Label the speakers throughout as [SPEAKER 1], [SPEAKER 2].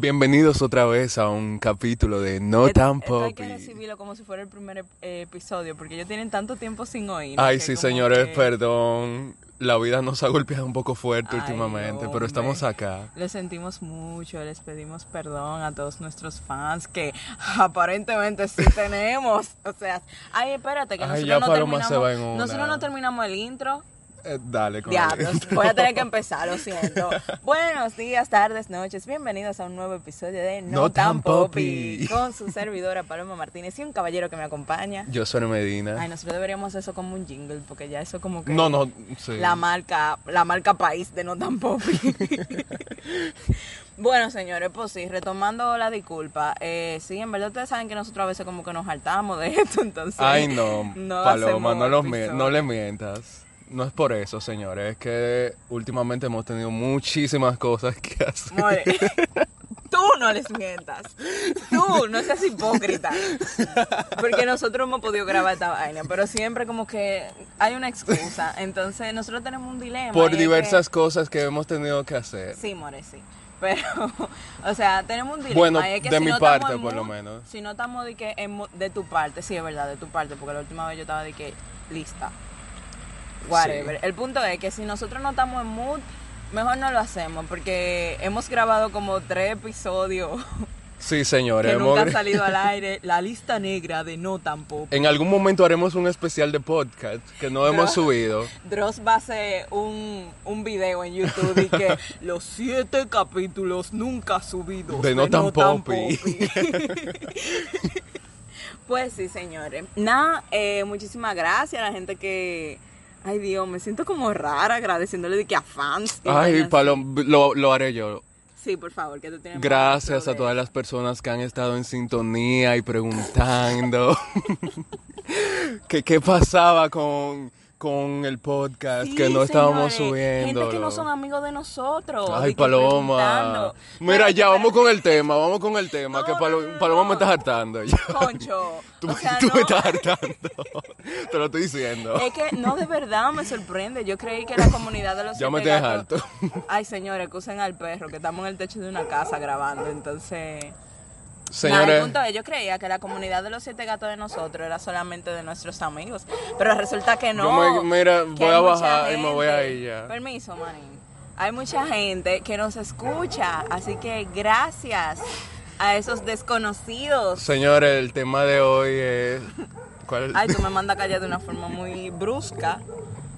[SPEAKER 1] Bienvenidos otra vez a un capítulo de No
[SPEAKER 2] Esto-
[SPEAKER 1] Tan
[SPEAKER 2] esto Hay
[SPEAKER 1] Poppy.
[SPEAKER 2] que recibirlo como si fuera el primer ep- eh, episodio, porque ellos tienen tanto tiempo sin oír.
[SPEAKER 1] Ay,
[SPEAKER 2] que
[SPEAKER 1] sí,
[SPEAKER 2] como
[SPEAKER 1] señores,
[SPEAKER 2] que
[SPEAKER 1] perdón. La vida nos ha golpeado un poco fuerte
[SPEAKER 2] Ay,
[SPEAKER 1] últimamente, pero
[SPEAKER 2] hombre.
[SPEAKER 1] estamos acá.
[SPEAKER 2] Lo sentimos mucho, les pedimos perdón a todos nuestros fans que aparentemente sí tenemos. O sea, ay, espérate, que
[SPEAKER 1] Ay,
[SPEAKER 2] nosotros,
[SPEAKER 1] ya
[SPEAKER 2] no
[SPEAKER 1] Paloma
[SPEAKER 2] terminamos,
[SPEAKER 1] se va en una.
[SPEAKER 2] nosotros no terminamos el intro.
[SPEAKER 1] Eh, dale, con
[SPEAKER 2] Diablos,
[SPEAKER 1] el-
[SPEAKER 2] voy a tener que empezar, lo siento. Buenos días, tardes, noches, bienvenidos a un nuevo episodio de No,
[SPEAKER 1] No Tan
[SPEAKER 2] Tan Poppy.
[SPEAKER 1] Poppy.
[SPEAKER 2] con su servidora Paloma Martínez y un caballero que me acompaña.
[SPEAKER 1] Yo soy Medina.
[SPEAKER 2] Ay, nosotros deberíamos hacer eso como un jingle, porque ya eso como que...
[SPEAKER 1] no, no, sí.
[SPEAKER 2] La marca, la marca país de No Tan Poppy. bueno, señores, pues sí, retomando la disculpa. Eh, sí, en verdad ustedes saben que nosotros a veces como que nos hartamos de esto, entonces...
[SPEAKER 1] Ay, no,
[SPEAKER 2] no
[SPEAKER 1] Paloma,
[SPEAKER 2] hacemos
[SPEAKER 1] no, los mi-
[SPEAKER 2] episodio.
[SPEAKER 1] no le mientas. No es por eso, señores, es que últimamente hemos tenido muchísimas cosas que hacer.
[SPEAKER 2] More, Tú no les mientas. Tú no seas hipócrita. Porque nosotros hemos podido grabar esta vaina, pero siempre como que hay una excusa. Entonces nosotros tenemos un dilema. y
[SPEAKER 1] por
[SPEAKER 2] es que-
[SPEAKER 1] diversas cosas que hemos tenido que hacer.
[SPEAKER 2] Sí, More, sí. Pero, o sea, tenemos un dilema.
[SPEAKER 1] Bueno,
[SPEAKER 2] y es que
[SPEAKER 1] de
[SPEAKER 2] si
[SPEAKER 1] mi
[SPEAKER 2] no estamos
[SPEAKER 1] parte,
[SPEAKER 2] en
[SPEAKER 1] por
[SPEAKER 2] mood-
[SPEAKER 1] lo menos.
[SPEAKER 2] Si no estamos de, que en mood- de tu parte, sí, es verdad, de tu parte, porque la última vez yo estaba de que lista. Whatever. El punto es que si nosotros no estamos en mood, mejor no lo hacemos, porque hemos grabado como tres episodios
[SPEAKER 1] Sí, señores,
[SPEAKER 2] que
[SPEAKER 1] hemos
[SPEAKER 2] nunca han
[SPEAKER 1] gra-
[SPEAKER 2] salido al aire. La lista negra de no tampoco.
[SPEAKER 1] En algún momento haremos un especial de podcast que no hemos subido.
[SPEAKER 2] Dross va a hacer un, un video en YouTube y que los siete capítulos nunca subidos
[SPEAKER 1] De No Tan Poppy.
[SPEAKER 2] Poppy. pues sí, señores. Nada, eh, muchísimas gracias a la gente que... Ay, Dios, me siento como rara agradeciéndole de que a fans. y
[SPEAKER 1] Ay,
[SPEAKER 2] vainas.
[SPEAKER 1] Palom, lo, lo haré yo.
[SPEAKER 2] Sí, por favor, que tú tienes... más
[SPEAKER 1] Gracias
[SPEAKER 2] control
[SPEAKER 1] a
[SPEAKER 2] de-
[SPEAKER 1] todas las personas que han estado en sintonía y preguntando que qué pasaba con, con el podcast, que
[SPEAKER 2] Sí,
[SPEAKER 1] no estábamos
[SPEAKER 2] señores,
[SPEAKER 1] subiendo.
[SPEAKER 2] Gente que no son amigos de nosotros. de
[SPEAKER 1] Ay,
[SPEAKER 2] que
[SPEAKER 1] Paloma.
[SPEAKER 2] preguntando.
[SPEAKER 1] Mira,
[SPEAKER 2] Pero-
[SPEAKER 1] ya vamos con el tema, vamos con el tema,
[SPEAKER 2] No,
[SPEAKER 1] que
[SPEAKER 2] no,
[SPEAKER 1] Palo-
[SPEAKER 2] no, no,
[SPEAKER 1] Paloma me
[SPEAKER 2] no.
[SPEAKER 1] estás hartando. ya.
[SPEAKER 2] Concho.
[SPEAKER 1] Tú,
[SPEAKER 2] o sea,
[SPEAKER 1] tú
[SPEAKER 2] no.
[SPEAKER 1] me estás hartando. Te lo estoy diciendo.
[SPEAKER 2] Es que no, de verdad me sorprende. Yo creí que la comunidad de los
[SPEAKER 1] Ya me
[SPEAKER 2] siete
[SPEAKER 1] tienes
[SPEAKER 2] gatos-
[SPEAKER 1] harto.
[SPEAKER 2] Ay, señores, excusen al perro, que estamos en el techo de una casa grabando. Entonces. Nada, el
[SPEAKER 1] Señores,
[SPEAKER 2] punto es, yo creía que la comunidad de los siete gatos de nosotros era solamente de nuestros amigos. Pero resulta que no.
[SPEAKER 1] Yo me- mira,
[SPEAKER 2] que
[SPEAKER 1] voy
[SPEAKER 2] hay
[SPEAKER 1] a
[SPEAKER 2] mucha
[SPEAKER 1] bajar y me voy a
[SPEAKER 2] gente.
[SPEAKER 1] ir ya.
[SPEAKER 2] Permiso, manín. Hay mucha gente que nos escucha. Así que gracias a esos desconocidos
[SPEAKER 1] señores, el tema de hoy es... ¿Cuál?
[SPEAKER 2] Ay, tú me mandas a callar de una forma muy brusca.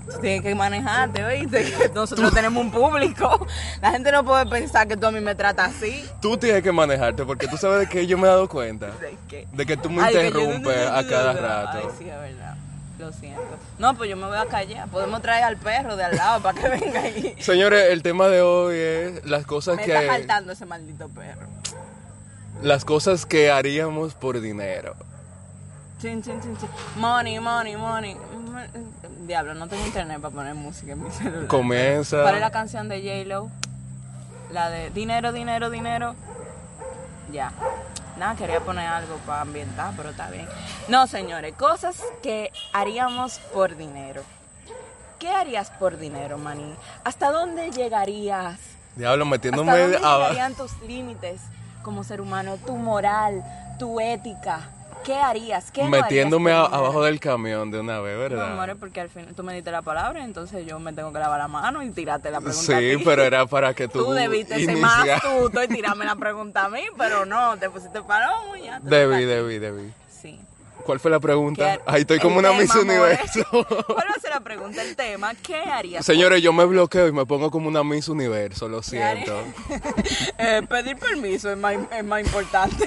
[SPEAKER 2] Tú tienes que manejarte, ¿oíste? Que Nosotros tenemos un público. La gente no puede pensar que tú a mí me tratas así.
[SPEAKER 1] Tú tienes que manejarte porque tú sabes de que yo me he dado cuenta.
[SPEAKER 2] De que,
[SPEAKER 1] De que tú me
[SPEAKER 2] Ay, que yo-
[SPEAKER 1] interrumpes a cada rato.
[SPEAKER 2] Ay, sí, es verdad. Lo siento. No, pues yo me voy a callar. Podemos traer al perro de al lado para que venga ahí.
[SPEAKER 1] Señores, el tema de hoy es las cosas
[SPEAKER 2] Me está
[SPEAKER 1] que
[SPEAKER 2] faltando ese maldito perro.
[SPEAKER 1] las cosas que haríamos por dinero.
[SPEAKER 2] Chin, chin, chin, chin. Money, money, money. Mm, Diablo, no tengo internet para poner música en mi celular.
[SPEAKER 1] Comienza.
[SPEAKER 2] ¿Cuál es la canción de J-Lo? La de dinero, dinero, dinero. Ya. Nada, quería poner algo para ambientar, pero está bien. No, señores, cosas que haríamos por dinero. ¿Qué harías por dinero, maní? ¿Hasta dónde llegarías?
[SPEAKER 1] Diablo,
[SPEAKER 2] ¿Hasta
[SPEAKER 1] metiéndome
[SPEAKER 2] dónde
[SPEAKER 1] a-
[SPEAKER 2] llegarían tus límites como ser humano? Tu moral, tu ética. ¿Qué harías? ¿Qué no harías
[SPEAKER 1] metiéndome
[SPEAKER 2] por
[SPEAKER 1] a-
[SPEAKER 2] dinero?
[SPEAKER 1] abajo del camión de una vez,
[SPEAKER 2] No,
[SPEAKER 1] ¿verdad?
[SPEAKER 2] amores, porque al final tú me diste la palabra, entonces yo me tengo que lavar la mano y tirarte la pregunta. a
[SPEAKER 1] sí,
[SPEAKER 2] ti.
[SPEAKER 1] pero era para que tú,
[SPEAKER 2] Tú debiste ser más
[SPEAKER 1] iniciar-
[SPEAKER 2] astuto y tirarme la pregunta a mí, pero no, te pusiste palomo y ya. te
[SPEAKER 1] Debí,
[SPEAKER 2] tocaste.
[SPEAKER 1] debí, debí.
[SPEAKER 2] Sí.
[SPEAKER 1] ¿Cuál fue la pregunta?
[SPEAKER 2] ¿Qué-
[SPEAKER 1] Ahí estoy
[SPEAKER 2] el
[SPEAKER 1] como una
[SPEAKER 2] tema,
[SPEAKER 1] Miss
[SPEAKER 2] amores?
[SPEAKER 1] Universo.
[SPEAKER 2] ¿Cuál va a ser la pregunta? El tema, ¿qué harías?
[SPEAKER 1] Señores, yo me bloqueo y me pongo como una Miss Universo, lo
[SPEAKER 2] ¿Qué harías?
[SPEAKER 1] siento.
[SPEAKER 2] Eh, pedir permiso es más, es más importante.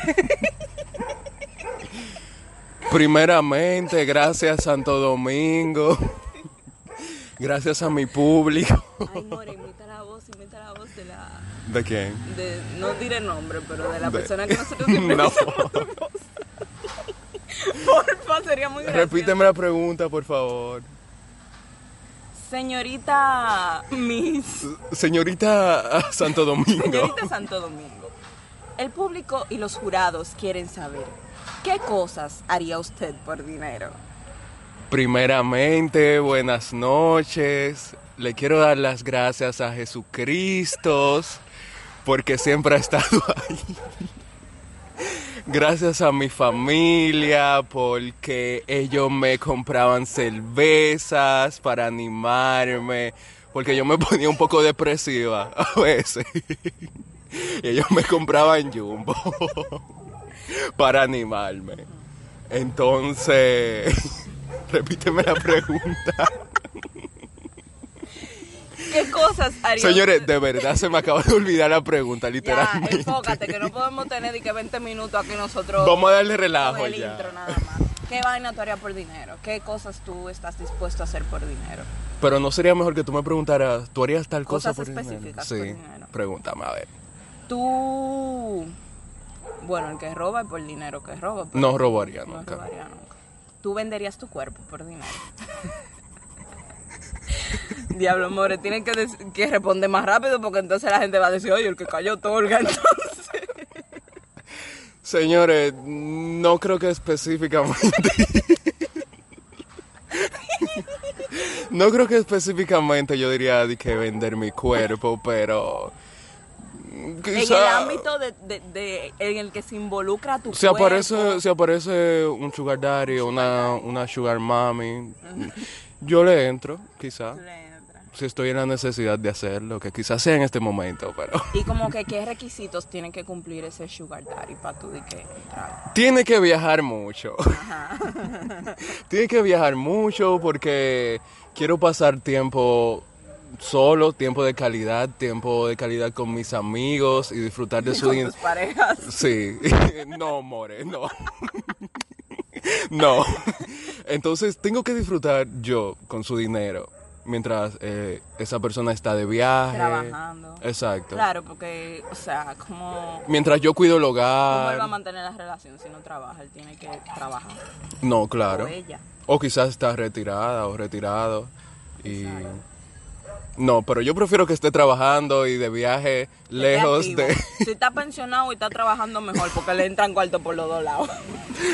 [SPEAKER 1] Primeramente, gracias Santo Domingo. Gracias a mi público.
[SPEAKER 2] Ay, More, imita la voz, imita la voz de la.
[SPEAKER 1] ¿De quién?
[SPEAKER 2] de- no diré nombre, pero de la
[SPEAKER 1] De-
[SPEAKER 2] persona que nosotros siempre
[SPEAKER 1] No.
[SPEAKER 2] hacemos tu voz. Porfa, sería muy gracioso.
[SPEAKER 1] Repíteme la pregunta, por favor.
[SPEAKER 2] Señorita Miss.
[SPEAKER 1] Señorita ah, Santo Domingo.
[SPEAKER 2] Señorita Santo Domingo, el público y los jurados quieren saber qué cosas haría usted por dinero.
[SPEAKER 1] Primeramente, buenas noches. Le quiero dar las gracias a Jesucristo porque siempre ha estado ahí. Gracias a mi familia, porque ellos me compraban cervezas para animarme, porque yo me ponía un poco depresiva a veces. Y ellos me compraban jumbo para animarme. Entonces, repíteme la pregunta.
[SPEAKER 2] ¿Qué cosas haría
[SPEAKER 1] Señores, de verdad se me acaba de olvidar la pregunta,
[SPEAKER 2] Ya,
[SPEAKER 1] literalmente.
[SPEAKER 2] enfócate, que no podemos tener ni que 20 minutos aquí nosotros.
[SPEAKER 1] Vamos a darle
[SPEAKER 2] con
[SPEAKER 1] relajo
[SPEAKER 2] el
[SPEAKER 1] ya.
[SPEAKER 2] intro nada más. ¿Qué vaina tú harías por dinero? ¿Qué cosas tú estás dispuesto a hacer por dinero?
[SPEAKER 1] Pero no sería mejor que tú me preguntaras, ¿tú harías tal cosa
[SPEAKER 2] Cosas
[SPEAKER 1] por dinero?
[SPEAKER 2] específicas pues,
[SPEAKER 1] Sí,
[SPEAKER 2] por dinero.
[SPEAKER 1] pregúntame, a ver.
[SPEAKER 2] Tú. Bueno, el que roba es por dinero que roba. pero
[SPEAKER 1] No robaría
[SPEAKER 2] no
[SPEAKER 1] nunca.
[SPEAKER 2] robaría nunca. Tú venderías tu cuerpo por dinero. Diablo, More, tienen que, dec- que responder más rápido porque entonces la gente va a decir, oye, el que cayó otorga, entonces.
[SPEAKER 1] Señores, no creo que específicamente. no creo que específicamente yo diría de que vender mi cuerpo, pero.
[SPEAKER 2] En el ámbito de, de- de- en el que se involucra tu
[SPEAKER 1] Si
[SPEAKER 2] cuerpo.
[SPEAKER 1] aparece, si aparece un sugar daddy o una, una sugar mami, yo le entro, quizá.
[SPEAKER 2] tú le entras.
[SPEAKER 1] Si estoy en la necesidad de hacerlo, que quizás sea en este momento, pero...
[SPEAKER 2] Y como que qué requisitos tienen que cumplir ese sugar daddy para tú de que entrar.
[SPEAKER 1] Tiene que viajar mucho. Tiene que viajar mucho porque quiero pasar tiempo solo, tiempo de calidad, tiempo de calidad con mis amigos y disfrutar de su
[SPEAKER 2] con
[SPEAKER 1] din-
[SPEAKER 2] tus parejas.
[SPEAKER 1] Sí, no, more, no. No. Entonces tengo que disfrutar yo con su dinero mientras eh, esa persona está de viaje.
[SPEAKER 2] Trabajando.
[SPEAKER 1] Eh, Exacto.
[SPEAKER 2] Claro, porque, o sea, como...
[SPEAKER 1] Mientras yo cuido el
[SPEAKER 2] ¿Cómo él va a
[SPEAKER 1] hogar.
[SPEAKER 2] mantener la relación si no trabaja? Él tiene que trabajar.
[SPEAKER 1] No,
[SPEAKER 2] O
[SPEAKER 1] claro.
[SPEAKER 2] ella.
[SPEAKER 1] O quizás está retirada o retirado. Y... No, pero yo prefiero que esté trabajando y de viaje lejos
[SPEAKER 2] Esté
[SPEAKER 1] de...
[SPEAKER 2] activo. Si está pensionado y está trabajando mejor, porque le entran cuarto por los dos lados.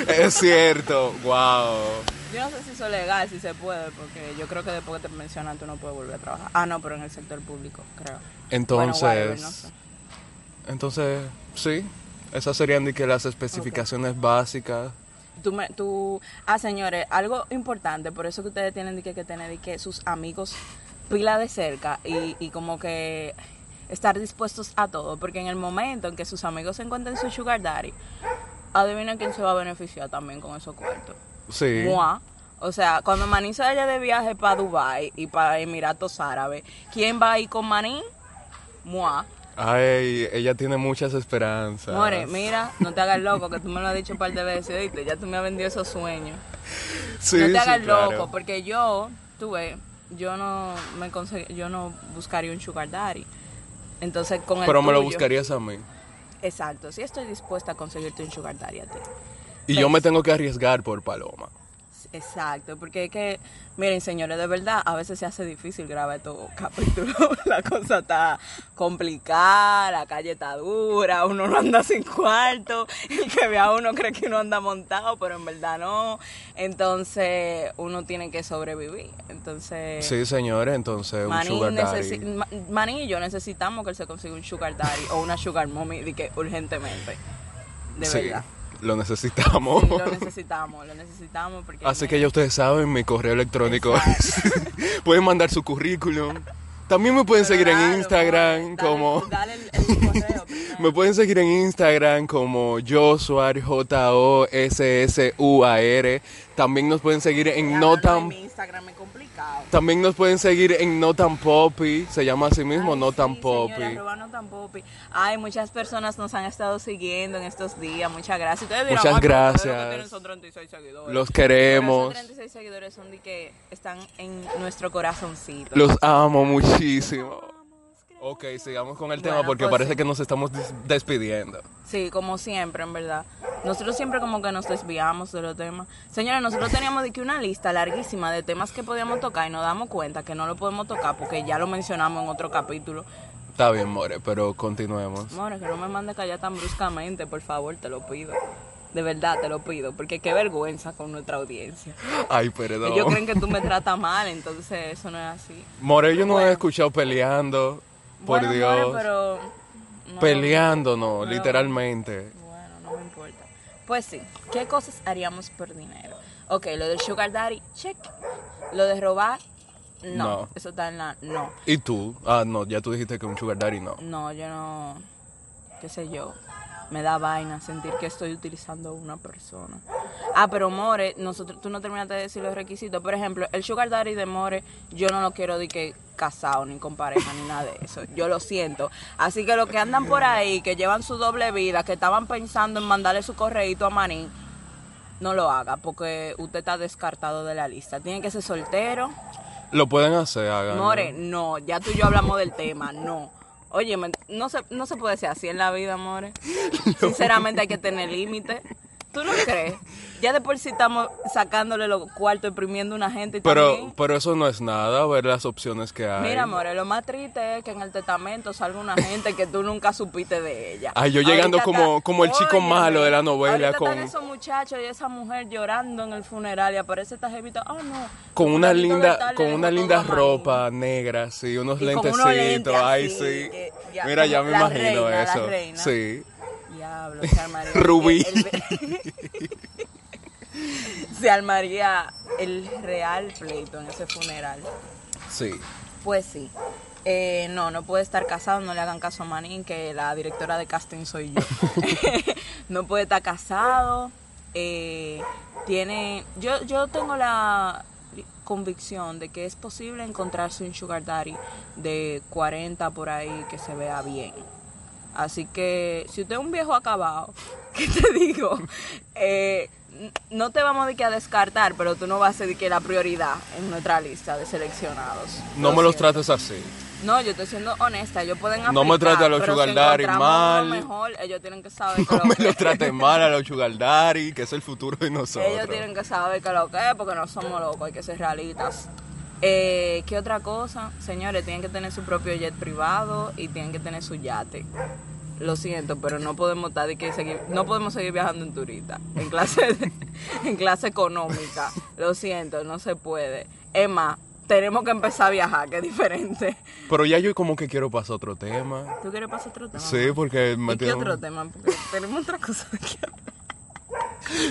[SPEAKER 1] es cierto, wow.
[SPEAKER 2] Yo no sé si eso es legal, si se puede, porque yo creo que después que te pensionan tú no puedes volver a trabajar. Ah, no, pero en el sector público, creo. Bueno,
[SPEAKER 1] Entonces...
[SPEAKER 2] whatever, no sé.
[SPEAKER 1] Entonces, sí, esas serían de que las especificaciones básicas.
[SPEAKER 2] Tú me- tú- ah, señores, algo importante, por eso que ustedes tienen de que, que tener de que sus amigos pila de cerca y, y como que estar dispuestos a todo, porque en el momento en que sus amigos se encuentren su sugar daddy, adivinen quién se va a beneficiar también con esos cuartos.
[SPEAKER 1] Sí.
[SPEAKER 2] Mua. O sea, cuando Manín se vaya de viaje para Dubai y para Emiratos Árabes, ¿quién va a ir con Manín? Mua.
[SPEAKER 1] Ay, ella tiene muchas esperanzas.
[SPEAKER 2] More, mira, no te hagas loco, que tú me lo has dicho un par de veces, ¿oíste? ya tú me has vendido esos sueños.
[SPEAKER 1] Sí,
[SPEAKER 2] no te
[SPEAKER 1] sí,
[SPEAKER 2] hagas
[SPEAKER 1] claro.
[SPEAKER 2] loco, porque yo, tú ves, yo no me conse- yo no buscaría un sugar daddy. Entonces con el
[SPEAKER 1] Pero me lo
[SPEAKER 2] tuyo-
[SPEAKER 1] buscarías a mí.
[SPEAKER 2] Exacto, sí estoy dispuesta a conseguirte un sugar daddy a ti.
[SPEAKER 1] Y
[SPEAKER 2] Pues
[SPEAKER 1] yo me tengo que arriesgar por Paloma.
[SPEAKER 2] Exacto, porque es que, miren señores, de verdad, a veces se hace difícil grabar estos capítulos, la cosa está complicada, la calle está dura, uno no anda sin cuarto, y que vea uno cree que uno anda montado, pero en verdad no, entonces uno tiene que sobrevivir, entonces...
[SPEAKER 1] Sí, señores, entonces un
[SPEAKER 2] Maní,
[SPEAKER 1] sugar
[SPEAKER 2] Eh, necesi-
[SPEAKER 1] daddy.
[SPEAKER 2] Ma- Maní y yo necesitamos que él se consiga un sugar daddy o una sugar mommy de que urgentemente. De
[SPEAKER 1] sí,
[SPEAKER 2] verdad.
[SPEAKER 1] lo necesitamos.
[SPEAKER 2] Sí, lo necesitamos, lo necesitamos porque
[SPEAKER 1] Así
[SPEAKER 2] me-
[SPEAKER 1] que ya ustedes saben, mi correo electrónico es... pueden mandar su currículum. También me pueden
[SPEAKER 2] Pero
[SPEAKER 1] seguir
[SPEAKER 2] dale,
[SPEAKER 1] en Instagram
[SPEAKER 2] dale,
[SPEAKER 1] como...
[SPEAKER 2] Dale el, el correo. primero.
[SPEAKER 1] Me pueden seguir en Instagram como Josuar, J-O-S-S-U-A-R. También nos pueden seguir en
[SPEAKER 2] Ya,
[SPEAKER 1] No
[SPEAKER 2] no,
[SPEAKER 1] Tan...
[SPEAKER 2] Mi Instagram es complicado.
[SPEAKER 1] También nos pueden seguir en No Tan Poppy. Se llama así mismo
[SPEAKER 2] Ay,
[SPEAKER 1] No
[SPEAKER 2] sí,
[SPEAKER 1] Tan
[SPEAKER 2] señora,
[SPEAKER 1] Poppy.
[SPEAKER 2] arroba no tan popi. Ay, muchas personas nos han estado siguiendo en estos días. Muchas gracias. Ustedes dirán,
[SPEAKER 1] Muchas
[SPEAKER 2] "Ay, pero ustedes
[SPEAKER 1] gracias.
[SPEAKER 2] Lo que tienen son 36 seguidores.
[SPEAKER 1] Los
[SPEAKER 2] Pero
[SPEAKER 1] queremos.
[SPEAKER 2] Esos 36 seguidores son de que están en nuestro corazoncito.
[SPEAKER 1] Los amo muchísimo. Ok, sigamos con el tema
[SPEAKER 2] Bueno,
[SPEAKER 1] porque
[SPEAKER 2] pues
[SPEAKER 1] parece
[SPEAKER 2] sí.
[SPEAKER 1] que nos estamos des- despidiendo.
[SPEAKER 2] Sí, como siempre, en verdad. Nosotros siempre como que nos desviamos de los temas. Señora, nosotros teníamos de que una lista larguísima de temas que podíamos tocar y nos damos cuenta que no lo podemos tocar porque ya lo mencionamos en otro capítulo.
[SPEAKER 1] Está bien, More, pero continuemos.
[SPEAKER 2] More, que no me mande callar tan bruscamente, por favor, te lo pido. De verdad, te lo pido, porque qué vergüenza con nuestra audiencia.
[SPEAKER 1] Ay, perdón.
[SPEAKER 2] Ellos creen que tú me tratas mal, entonces eso no es así.
[SPEAKER 1] More, yo no he
[SPEAKER 2] Bueno.
[SPEAKER 1] escuchado peleando. Por
[SPEAKER 2] bueno,
[SPEAKER 1] Dios.
[SPEAKER 2] More, pero no-
[SPEAKER 1] Peleándonos,
[SPEAKER 2] no-
[SPEAKER 1] literalmente.
[SPEAKER 2] Bueno, no me importa. Pues sí, ¿qué cosas haríamos por dinero? Ok, lo del sugar daddy, check. Lo de robar, no.
[SPEAKER 1] No.
[SPEAKER 2] Eso está en la... No.
[SPEAKER 1] ¿Y tú? Ah, no, ya tú dijiste que un sugar daddy no.
[SPEAKER 2] No, yo no... qué sé yo. Me da vaina sentir que estoy utilizando a una persona. Ah, pero More, nosotros, tú no terminaste de decir los requisitos. Por ejemplo, el sugar daddy de More, yo no lo quiero de que casado, ni con pareja, ni nada de eso. Yo lo siento. Así que los que andan por ahí, que llevan su doble vida, que estaban pensando en mandarle su correíto a Marín, no lo haga, porque usted está descartado de la lista. Tiene que ser soltero,
[SPEAKER 1] Lo pueden hacer, hagan.
[SPEAKER 2] More, no, ya tú y yo hablamos del tema, no. Oye, me- no se, no se puede ser así en la vida, More. Sinceramente hay que tener límite. ¿Tú no crees? Ya de por sí estamos sacándole los cuartos, imprimiendo una gente y
[SPEAKER 1] Pero,
[SPEAKER 2] también-
[SPEAKER 1] pero eso no es nada, ver las opciones que hay.
[SPEAKER 2] Mira, More, lo más triste es que en el testamento salga una gente que tú nunca supiste de ella.
[SPEAKER 1] Ay, yo llegando
[SPEAKER 2] Ahorita
[SPEAKER 1] como-
[SPEAKER 2] está-
[SPEAKER 1] como el chico
[SPEAKER 2] Óyeme,
[SPEAKER 1] malo de la novela
[SPEAKER 2] ahorita
[SPEAKER 1] con-
[SPEAKER 2] están esos muchachos y esa mujer llorando en el funeral y aparece esta jevita, ah, no.
[SPEAKER 1] Con una
[SPEAKER 2] fulanito de
[SPEAKER 1] linda,
[SPEAKER 2] tal le
[SPEAKER 1] con
[SPEAKER 2] dejó
[SPEAKER 1] una
[SPEAKER 2] todo
[SPEAKER 1] linda
[SPEAKER 2] amarillo.
[SPEAKER 1] ropa negra, sí, unos
[SPEAKER 2] Y con
[SPEAKER 1] lentecitos,
[SPEAKER 2] unos lentes
[SPEAKER 1] ay,
[SPEAKER 2] así,
[SPEAKER 1] sí.
[SPEAKER 2] que ya,
[SPEAKER 1] Mira,
[SPEAKER 2] como
[SPEAKER 1] ya me
[SPEAKER 2] la
[SPEAKER 1] imagino
[SPEAKER 2] reina, la
[SPEAKER 1] eso.
[SPEAKER 2] reina.
[SPEAKER 1] Sí.
[SPEAKER 2] Diablo, se armaría.
[SPEAKER 1] Rubí.
[SPEAKER 2] el ve- se armaría el real pleito en ese funeral.
[SPEAKER 1] Sí.
[SPEAKER 2] Pues sí. Eh, no, no puede estar casado, no le hagan caso a Manín, que la directora de casting soy yo. no puede estar casado. eh, tiene. Yo, yo tengo la convicción de que es posible encontrarse un sugar daddy de 40 por ahí que se vea bien. Así que si usted es un viejo acabado, ¿qué te digo? Eh, n- no te vamos de que a descartar, pero tú no vas a ser de que la prioridad en nuestra lista de seleccionados.
[SPEAKER 1] No
[SPEAKER 2] Lo
[SPEAKER 1] me los
[SPEAKER 2] siento.
[SPEAKER 1] trates así.
[SPEAKER 2] No, yo estoy siendo honesta, ellos pueden aplicar,
[SPEAKER 1] No me trate a los
[SPEAKER 2] pero
[SPEAKER 1] sugar
[SPEAKER 2] si
[SPEAKER 1] daddy
[SPEAKER 2] encontramos
[SPEAKER 1] mal.
[SPEAKER 2] uno mejor, ellos tienen que saber que
[SPEAKER 1] No
[SPEAKER 2] lo
[SPEAKER 1] me
[SPEAKER 2] que-
[SPEAKER 1] los trates mal a los sugar daddy, que es el futuro de nosotros.
[SPEAKER 2] Ellos tienen que saber que lo que es, porque no somos locos, hay que ser realistas. Eh, ¿Qué otra cosa? Señores, tienen que tener su propio jet privado y tienen que tener su yate. Lo siento, pero no podemos estar de que seguir, no podemos seguir viajando en turista, en clase, de- en clase económica. Lo siento, no se puede. Es más, tenemos que empezar a viajar, que es diferente.
[SPEAKER 1] Pero ya yo como que quiero pasar a otro tema.
[SPEAKER 2] ¿Tú quieres pasar otro tema?
[SPEAKER 1] Sí, porque me
[SPEAKER 2] ¿Y qué
[SPEAKER 1] tiene un-
[SPEAKER 2] otro tema? Porque tenemos otra cosa que hablar.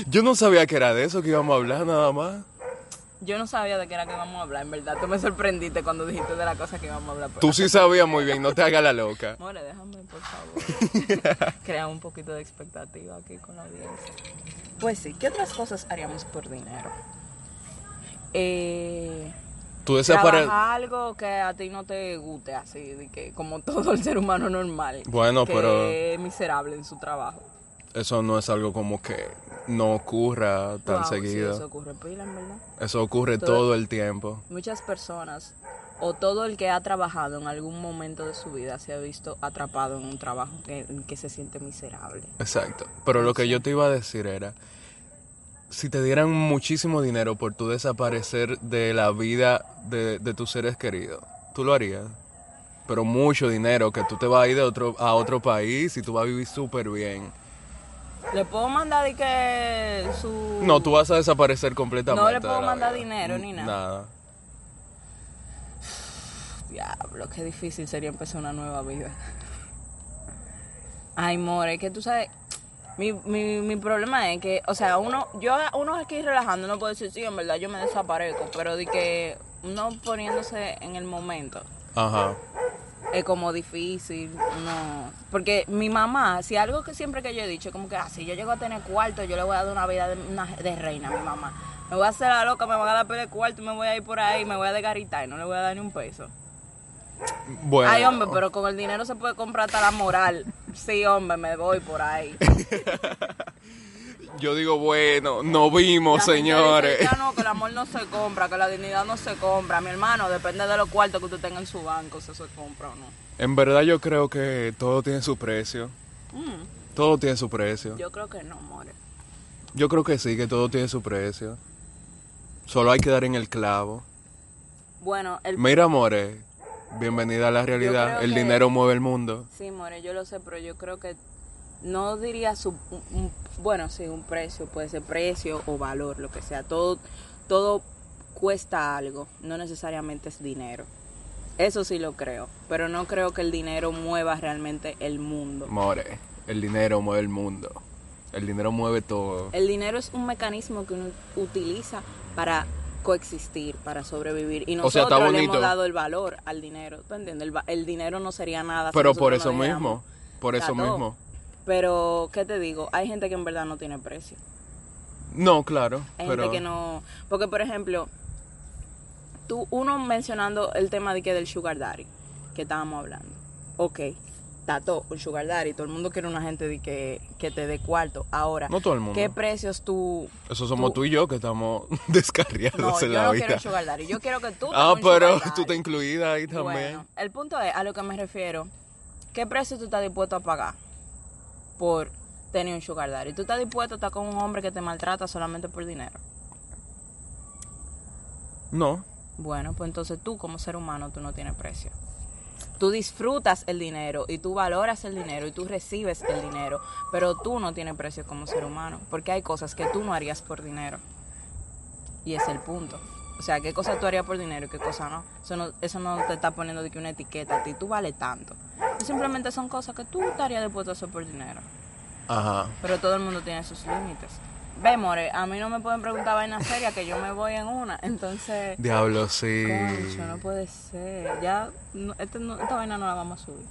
[SPEAKER 1] Yo no sabía que era de eso que íbamos a hablar nada más.
[SPEAKER 2] Yo no sabía de qué era que íbamos a hablar, en verdad. Tú me sorprendiste cuando dijiste de la cosa que íbamos a hablar. pues.
[SPEAKER 1] Tú sí sabías muy bien, no te hagas la loca.
[SPEAKER 2] More, déjame, por favor. Crear un poquito de expectativa aquí con la audiencia. Pues sí, ¿qué otras cosas haríamos por dinero? Eh,
[SPEAKER 1] Tú desapare...
[SPEAKER 2] trabajar algo que a ti no te guste, así, de que como todo el ser humano normal.
[SPEAKER 1] Bueno,
[SPEAKER 2] que
[SPEAKER 1] pero-
[SPEAKER 2] es miserable en su trabajo.
[SPEAKER 1] Eso no es algo como que no ocurra tan
[SPEAKER 2] Wow, sí,
[SPEAKER 1] seguido.
[SPEAKER 2] eso ocurre pila, en verdad.
[SPEAKER 1] Eso ocurre
[SPEAKER 2] Todo-
[SPEAKER 1] todo el tiempo.
[SPEAKER 2] Muchas personas o todo el que ha trabajado en algún momento de su vida se ha visto atrapado en un trabajo que, en que se siente miserable.
[SPEAKER 1] Exacto. Pero lo que yo te iba a decir era, si te dieran muchísimo dinero por tu desaparecer de la vida de, de tus seres queridos, tú lo harías. Pero mucho dinero, que tú te vas a ir de otro, a otro país y tú vas a vivir súper bien.
[SPEAKER 2] Le puedo mandar y que su
[SPEAKER 1] No, tú vas a desaparecer completamente.
[SPEAKER 2] No le puedo
[SPEAKER 1] de la
[SPEAKER 2] mandar
[SPEAKER 1] vida.
[SPEAKER 2] dinero ni nada.
[SPEAKER 1] Nada.
[SPEAKER 2] diablo, qué difícil sería empezar una nueva vida. Ay, more, es que tú sabes, mi, mi, mi problema es que, o sea, uno, yo uno aquí relajando no puede decir, sí, en verdad yo me desaparezco, pero de que uno poniéndose en el momento.
[SPEAKER 1] Ajá.
[SPEAKER 2] es como difícil, no. Porque mi mamá, si algo que siempre que yo he dicho, como que, ah, si yo llego a tener cuarto, yo le voy a dar una vida de, una- de reina a mi mamá. Me voy a hacer la loca, me voy a dar pelo de cuarto, me voy a ir por ahí, me voy a desgaritar y no le voy a dar ni un peso.
[SPEAKER 1] Bueno.
[SPEAKER 2] Ay, hombre, pero con el dinero se puede comprar hasta la moral. Sí, hombre, me voy por ahí.
[SPEAKER 1] Yo digo, bueno, no vimos,
[SPEAKER 2] La gente
[SPEAKER 1] señores.
[SPEAKER 2] dice, "Ah, no, que el amor no se compra, que la dignidad no se compra. Mi hermano, depende de los cuartos que tú tengas en su banco, si eso se compra o no.
[SPEAKER 1] En verdad yo creo que todo tiene su precio.
[SPEAKER 2] Mm,
[SPEAKER 1] Todo tiene su precio.
[SPEAKER 2] yo creo que no, more.
[SPEAKER 1] Yo creo que sí, que todo tiene su precio. Solo hay que dar en el clavo.
[SPEAKER 2] Bueno, el
[SPEAKER 1] Mira, More, bienvenida a la
[SPEAKER 2] creo
[SPEAKER 1] realidad. El
[SPEAKER 2] que-
[SPEAKER 1] dinero mueve el mundo.
[SPEAKER 2] Sí, More, yo lo sé, pero yo creo que no diría su. un- un- bueno, sí, un precio, puede ser precio o valor, lo que sea. Todo, todo cuesta algo, no necesariamente es dinero. Eso sí lo creo, pero no creo que el dinero mueva realmente el mundo.
[SPEAKER 1] More, el dinero mueve el mundo. El dinero mueve todo.
[SPEAKER 2] El dinero es un mecanismo que uno utiliza para coexistir, para sobrevivir. Y
[SPEAKER 1] O sea,
[SPEAKER 2] nosotros
[SPEAKER 1] está
[SPEAKER 2] le
[SPEAKER 1] bonito.
[SPEAKER 2] hemos dado el valor al dinero. ¿Tú entiendes? El, va- el dinero no sería nada. si
[SPEAKER 1] Pero por
[SPEAKER 2] nosotros
[SPEAKER 1] eso
[SPEAKER 2] no le damos.
[SPEAKER 1] mismo, por eso
[SPEAKER 2] Está todo.
[SPEAKER 1] mismo.
[SPEAKER 2] Pero, ¿qué te digo? Hay gente que en verdad no tiene precio.
[SPEAKER 1] No, claro,
[SPEAKER 2] Hay
[SPEAKER 1] pero
[SPEAKER 2] gente que no. Porque, por ejemplo, tú, uno mencionando el tema de que del Sugar Daddy, que estábamos hablando. Ok, tato, un Sugar Daddy. Todo el mundo quiere una gente de que, que te dé cuarto. Ahora,
[SPEAKER 1] No todo el mundo.
[SPEAKER 2] ¿qué precios tú.?
[SPEAKER 1] eso somos tú, y yo que estamos descarriados
[SPEAKER 2] No, yo
[SPEAKER 1] en la
[SPEAKER 2] no quiero
[SPEAKER 1] vida.
[SPEAKER 2] un Sugar Daddy. Yo quiero que tú.
[SPEAKER 1] ah,
[SPEAKER 2] tengas un
[SPEAKER 1] pero
[SPEAKER 2] sugar
[SPEAKER 1] tú
[SPEAKER 2] daddy.
[SPEAKER 1] te incluida ahí también.
[SPEAKER 2] Bueno, el punto es, a lo que me refiero, ¿qué precio tú estás dispuesto a pagar por tener un sugar daddy? ¿Tú estás dispuesto a estar con un hombre que te maltrata solamente por dinero?
[SPEAKER 1] No,
[SPEAKER 2] Bueno, pues entonces tú como ser humano, tú no tienes precio. Tú disfrutas el dinero y tú valoras el dinero y tú recibes el dinero, pero tú no tienes precio como ser humano, porque hay cosas que tú no harías por dinero. Y ese es el punto. O sea, qué cosa tú harías por dinero y qué cosa no. Eso no, eso no te está poniendo de que una etiqueta a ti, tú vale tanto. Simplemente son cosas que tú estarías dispuesto a hacer por dinero.
[SPEAKER 1] ajá.
[SPEAKER 2] Pero todo el mundo tiene sus límites. Ve, More, a mí no me pueden preguntar vainas serias que yo me voy en una. Entonces...
[SPEAKER 1] Diablo, sí.
[SPEAKER 2] Concho,
[SPEAKER 1] Eh.
[SPEAKER 2] no puede ser. Ya, no, este no- esta vaina no la vamos a subir.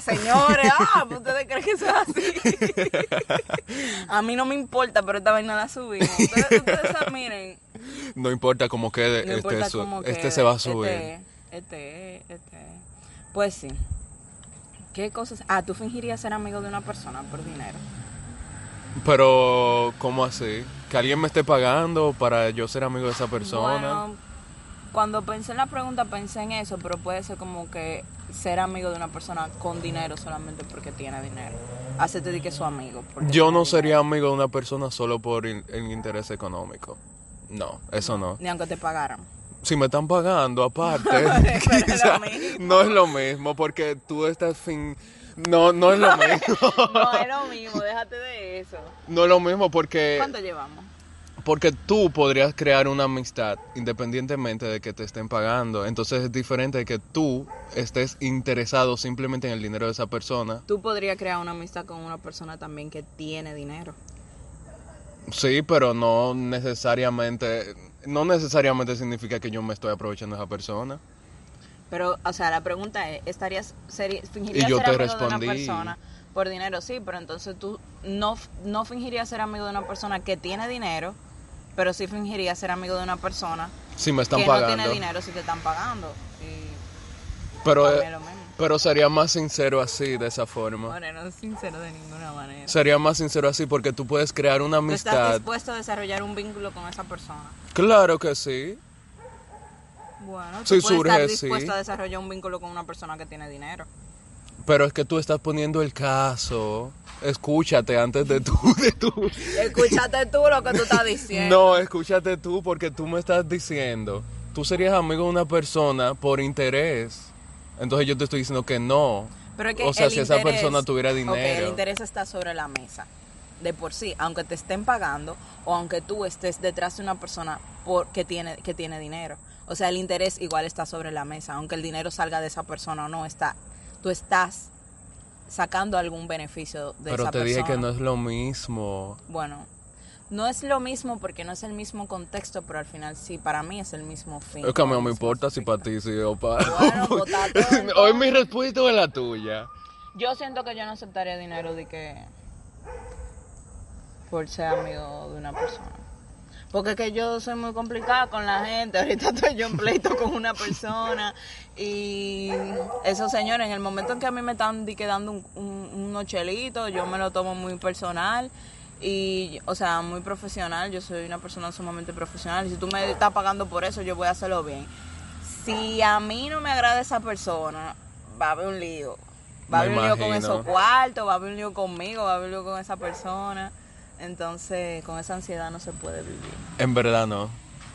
[SPEAKER 2] señores. Ah, pues ustedes creen que eso es así. a mí no me importa, pero esta vaina la subimos. Ustedes, ustedes saben, miren.
[SPEAKER 1] No importa cómo quede,
[SPEAKER 2] No
[SPEAKER 1] este,
[SPEAKER 2] importa
[SPEAKER 1] su-
[SPEAKER 2] cómo
[SPEAKER 1] este
[SPEAKER 2] quede,
[SPEAKER 1] se va a subir.
[SPEAKER 2] Este, este, este. Pues sí. ¿Qué cosas? Ah, tú fingirías ser amigo de una persona por dinero.
[SPEAKER 1] Pero, ¿cómo así? ¿Que alguien me esté pagando para yo ser amigo de esa persona?
[SPEAKER 2] Bueno, cuando pensé en la pregunta pensé en eso, pero puede ser como que ser amigo de una persona con dinero solamente porque tiene dinero. Hacerte de que es su amigo. porque
[SPEAKER 1] yo
[SPEAKER 2] tiene
[SPEAKER 1] no
[SPEAKER 2] dinero.
[SPEAKER 1] sería amigo de una persona solo por in- el interés económico. No, eso no.
[SPEAKER 2] Ni aunque te pagaran.
[SPEAKER 1] Si me están pagando aparte,
[SPEAKER 2] Pero es lo
[SPEAKER 1] quizá
[SPEAKER 2] mismo.
[SPEAKER 1] no es lo mismo porque tú estás fin... No, no es lo mismo.
[SPEAKER 2] No, es lo mismo, déjate de eso.
[SPEAKER 1] No es lo mismo porque...
[SPEAKER 2] ¿Cuánto llevamos?
[SPEAKER 1] Porque tú podrías crear una amistad independientemente de que te estén pagando. Entonces es diferente de que tú estés interesado simplemente en el dinero de esa persona.
[SPEAKER 2] Tú podrías crear una amistad con una persona también que tiene dinero.
[SPEAKER 1] Sí, pero no necesariamente, no necesariamente significa que yo me estoy aprovechando de esa persona.
[SPEAKER 2] Pero, o sea, la pregunta es, ¿estarías, seri- fingirías
[SPEAKER 1] Y yo
[SPEAKER 2] ser
[SPEAKER 1] te
[SPEAKER 2] amigo
[SPEAKER 1] respondí.
[SPEAKER 2] de una persona por dinero? Sí, pero entonces tú no, f- no fingirías ser amigo de una persona que tiene dinero, pero sí fingirías ser amigo de una persona
[SPEAKER 1] Si me están
[SPEAKER 2] que no
[SPEAKER 1] pagando.
[SPEAKER 2] tiene dinero si te están pagando. Y
[SPEAKER 1] pero, eh,
[SPEAKER 2] para mí es lo mismo.
[SPEAKER 1] pero sería más sincero así, de esa forma.
[SPEAKER 2] More, no es sincero de ninguna manera.
[SPEAKER 1] Sería más sincero así porque tú puedes crear una
[SPEAKER 2] Tú estás
[SPEAKER 1] amistad.
[SPEAKER 2] dispuesto a desarrollar un vínculo con esa persona.
[SPEAKER 1] Claro que sí.
[SPEAKER 2] Bueno, tú
[SPEAKER 1] Sí,
[SPEAKER 2] puedes estar
[SPEAKER 1] surge, sí.
[SPEAKER 2] dispuesto a desarrollar un vínculo con una persona que tiene dinero.
[SPEAKER 1] Pero es que tú estás poniendo el caso. Escúchate antes de tú, de tú.
[SPEAKER 2] Escúchate tú lo que tú estás diciendo.
[SPEAKER 1] No, escúchate tú porque tú me estás diciendo, tú serías amigo de una persona por interés. Entonces yo te estoy diciendo que no.
[SPEAKER 2] Pero es que
[SPEAKER 1] o sea,
[SPEAKER 2] el
[SPEAKER 1] si esa
[SPEAKER 2] interés-
[SPEAKER 1] persona tuviera
[SPEAKER 2] ok,
[SPEAKER 1] dinero.
[SPEAKER 2] el interés está sobre la mesa, de por sí, aunque te estén pagando o aunque tú estés detrás de una persona por, que, tiene, que tiene dinero. O sea, el interés igual está sobre la mesa, aunque el dinero salga de esa persona o no, está, tú estás sacando algún beneficio de
[SPEAKER 1] Pero
[SPEAKER 2] esa
[SPEAKER 1] te
[SPEAKER 2] persona.
[SPEAKER 1] dije que no es lo mismo.
[SPEAKER 2] Bueno, no es lo mismo porque no es el mismo contexto, pero al final sí, para mí es el mismo fin.
[SPEAKER 1] Es que a mí no
[SPEAKER 2] el
[SPEAKER 1] me
[SPEAKER 2] mismo
[SPEAKER 1] importa si
[SPEAKER 2] efecto.
[SPEAKER 1] para ti, si o para...
[SPEAKER 2] Bueno, pues, está todo, entonces.
[SPEAKER 1] Hoy mi respuesta es la tuya.
[SPEAKER 2] Yo siento que yo no aceptaría dinero de que por ser amigo de una persona. Porque es que yo soy muy complicada con la gente. Ahorita estoy yo en pleito con una persona. Y eso, señores, en el momento en que a mí me están di que dando un, un, unos chelitos, yo me lo tomo muy personal. Y, o sea, muy profesional. Yo soy una persona sumamente profesional. Y si tú me estás pagando por eso, yo voy a hacerlo bien. Si a mí no me agrada esa persona, va a haber un lío. Va a
[SPEAKER 1] Me
[SPEAKER 2] haber un lío con
[SPEAKER 1] imagino.
[SPEAKER 2] esos cuartos, va a haber un lío conmigo, va a haber un lío con esa persona. Entonces, con esa ansiedad no se puede vivir.
[SPEAKER 1] En verdad no.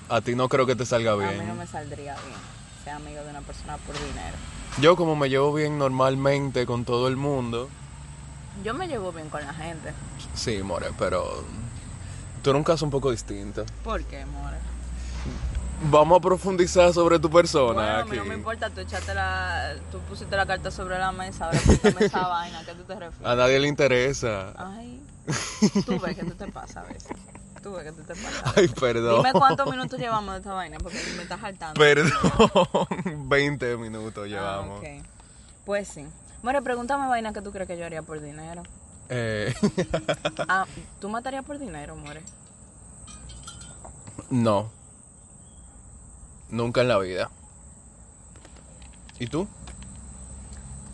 [SPEAKER 1] A ti no creo que te salga
[SPEAKER 2] A mí no
[SPEAKER 1] bien.
[SPEAKER 2] me saldría bien ser amigo de una persona por dinero.
[SPEAKER 1] Yo como me llevo bien normalmente con todo el mundo,
[SPEAKER 2] Yo me llevo bien con la gente.
[SPEAKER 1] sí, more, pero tú eres un caso un poco distinto.
[SPEAKER 2] ¿Por qué, more?
[SPEAKER 1] Vamos a profundizar sobre tu
[SPEAKER 2] Bueno,
[SPEAKER 1] persona
[SPEAKER 2] a mí no
[SPEAKER 1] aquí.
[SPEAKER 2] me importa, tú echaste la, tú pusiste la carta sobre la mesa, ahora púntame esa vaina, ¿a ¿qué tú te refieres?
[SPEAKER 1] A nadie le interesa.
[SPEAKER 2] Ay, tú ves que tú te pasa a veces, tú ves que tú te pasa.
[SPEAKER 1] Ay, perdón.
[SPEAKER 2] Dime cuántos minutos llevamos de esta vaina, porque me estás saltando.
[SPEAKER 1] Perdón. 20 minutos Pues, llevamos.
[SPEAKER 2] Ah, ok. Pues sí. Bueno, pregúntame vaina que tú crees que yo haría por dinero.
[SPEAKER 1] Eh,
[SPEAKER 2] Ah, ¿tú matarías por dinero, more?
[SPEAKER 1] no. Nunca en la vida. ¿Y tú?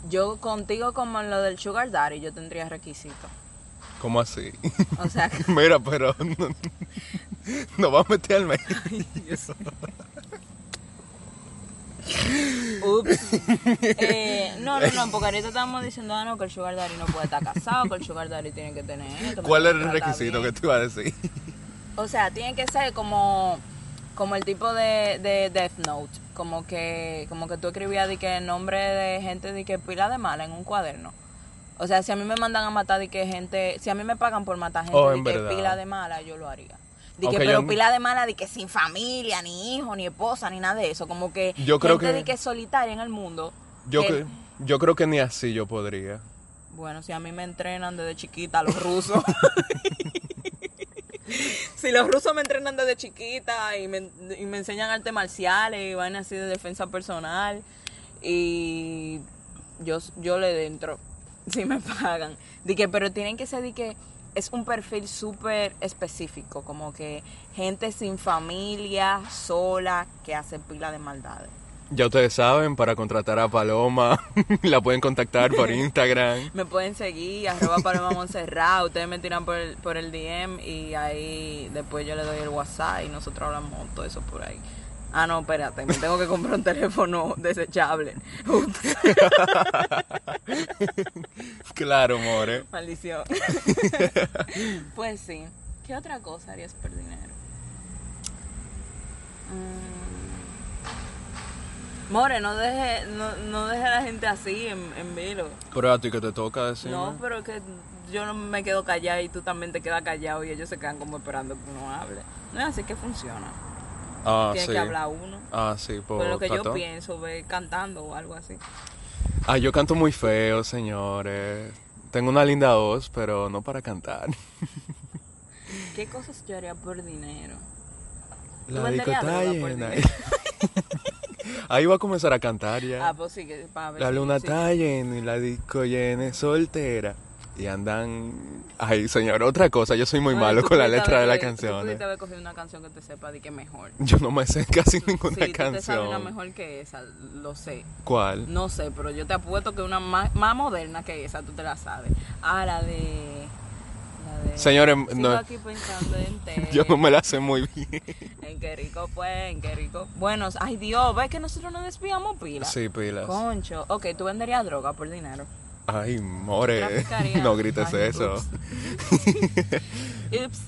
[SPEAKER 2] Yo contigo como en lo del sugar daddy, yo tendría requisito.
[SPEAKER 1] ¿Cómo así?
[SPEAKER 2] O sea, que-
[SPEAKER 1] Mira, pero no, no vas a meter al medio.
[SPEAKER 2] ups. Eh, no, no, no, porque ahorita estamos diciendo, ah, no, que el sugar daddy no puede estar casado, que el sugar daddy tiene que tener esto.
[SPEAKER 1] ¿Cuál
[SPEAKER 2] tiene
[SPEAKER 1] era el
[SPEAKER 2] que tratar
[SPEAKER 1] requisito que
[SPEAKER 2] bien.
[SPEAKER 1] te iba a decir?
[SPEAKER 2] O sea, tiene que ser como, como el tipo de, de Death Note. Como que, como que tú escribías de que nombre de gente de que pila de mala en un cuaderno. O sea, si a mí me mandan a matar de que gente, si a mí me pagan por matar gente
[SPEAKER 1] Oh,
[SPEAKER 2] de
[SPEAKER 1] en
[SPEAKER 2] que
[SPEAKER 1] verdad.
[SPEAKER 2] pila de mala, yo lo haría. De
[SPEAKER 1] Aunque
[SPEAKER 2] que,
[SPEAKER 1] yo
[SPEAKER 2] pero
[SPEAKER 1] no-
[SPEAKER 2] pila de mala, de que sin familia, ni hijo, ni esposa, ni nada de eso. Como que
[SPEAKER 1] Yo creo que-
[SPEAKER 2] gente de que solitaria en el mundo.
[SPEAKER 1] Yo,
[SPEAKER 2] que-
[SPEAKER 1] cre- yo creo que ni así yo podría.
[SPEAKER 2] bueno, si a mí me entrenan desde chiquita los rusos. si los rusos me entrenan desde chiquita y me, y me enseñan artes marciales y van así de defensa personal y yo, yo le dentro si me pagan. Di que, pero tienen que ser de que es un perfil súper específico, como que gente sin familia, sola, que hace pila de maldades.
[SPEAKER 1] Ya ustedes saben, para contratar a Paloma, la pueden contactar por Instagram.
[SPEAKER 2] Me pueden seguir, arroba Paloma Montserrat, ustedes me tiran por el, por el DM y ahí después yo le doy el WhatsApp y nosotros hablamos todo eso por ahí. Ah, no, espérate, me tengo que comprar un teléfono desechable. Ups,
[SPEAKER 1] Claro, more.
[SPEAKER 2] Maldición. pues sí. ¿Qué otra cosa harías por dinero? Mm. More, no deje, no, no deje a la gente así en, en vilo.
[SPEAKER 1] Pero a ti que te toca decir.
[SPEAKER 2] No, pero que yo no me quedo callada y tú también te quedas callado y ellos se quedan como esperando que uno hable. No es así que funciona.
[SPEAKER 1] ah,
[SPEAKER 2] Tiene
[SPEAKER 1] sí.
[SPEAKER 2] que hablar uno.
[SPEAKER 1] Ah, sí, por
[SPEAKER 2] Por lo que yo
[SPEAKER 1] catón.
[SPEAKER 2] pienso, ve cantando o algo así.
[SPEAKER 1] Ah, yo canto muy feo, señores. Tengo una linda voz, pero no para cantar.
[SPEAKER 2] ¿Qué cosas yo haría por dinero? ¿Tú
[SPEAKER 1] La
[SPEAKER 2] venderías
[SPEAKER 1] discoteca
[SPEAKER 2] droga por
[SPEAKER 1] llena.
[SPEAKER 2] dinero?
[SPEAKER 1] Ahí va a comenzar a cantar
[SPEAKER 2] Ah,
[SPEAKER 1] ya.
[SPEAKER 2] pues sí, que para ver.
[SPEAKER 1] La
[SPEAKER 2] si-
[SPEAKER 1] luna
[SPEAKER 2] si-
[SPEAKER 1] está llena y la disco llena es soltera. Y andan... Ay, señor, otra cosa. Yo soy muy
[SPEAKER 2] Bueno,
[SPEAKER 1] malo
[SPEAKER 2] tú
[SPEAKER 1] con la eh.
[SPEAKER 2] pudiste
[SPEAKER 1] letra de
[SPEAKER 2] haber-
[SPEAKER 1] las
[SPEAKER 2] Tú
[SPEAKER 1] canciones.
[SPEAKER 2] pudiste haber cogido una canción que te sepa de que mejor.
[SPEAKER 1] Yo no me sé casi
[SPEAKER 2] sí,
[SPEAKER 1] ninguna
[SPEAKER 2] tú te sabes una
[SPEAKER 1] canción.
[SPEAKER 2] mejor que esa, lo sé.
[SPEAKER 1] ¿Cuál?
[SPEAKER 2] No sé, pero yo te apuesto que una más, más moderna que esa, tú te la sabes. Ah, la de... La de...
[SPEAKER 1] Señores,
[SPEAKER 2] Sigo
[SPEAKER 1] no,
[SPEAKER 2] aquí pensando en te.
[SPEAKER 1] yo no me la sé muy bien.
[SPEAKER 2] En qué rico pues, en qué rico. Bueno, ay Dios, ves que nosotros nos desviamos pila.
[SPEAKER 1] Sí, pilas.
[SPEAKER 2] Concho. Ok, tú venderías droga por dinero.
[SPEAKER 1] Ay, more.
[SPEAKER 2] Traficaría.
[SPEAKER 1] No grites
[SPEAKER 2] Ay,
[SPEAKER 1] eso.
[SPEAKER 2] Oops,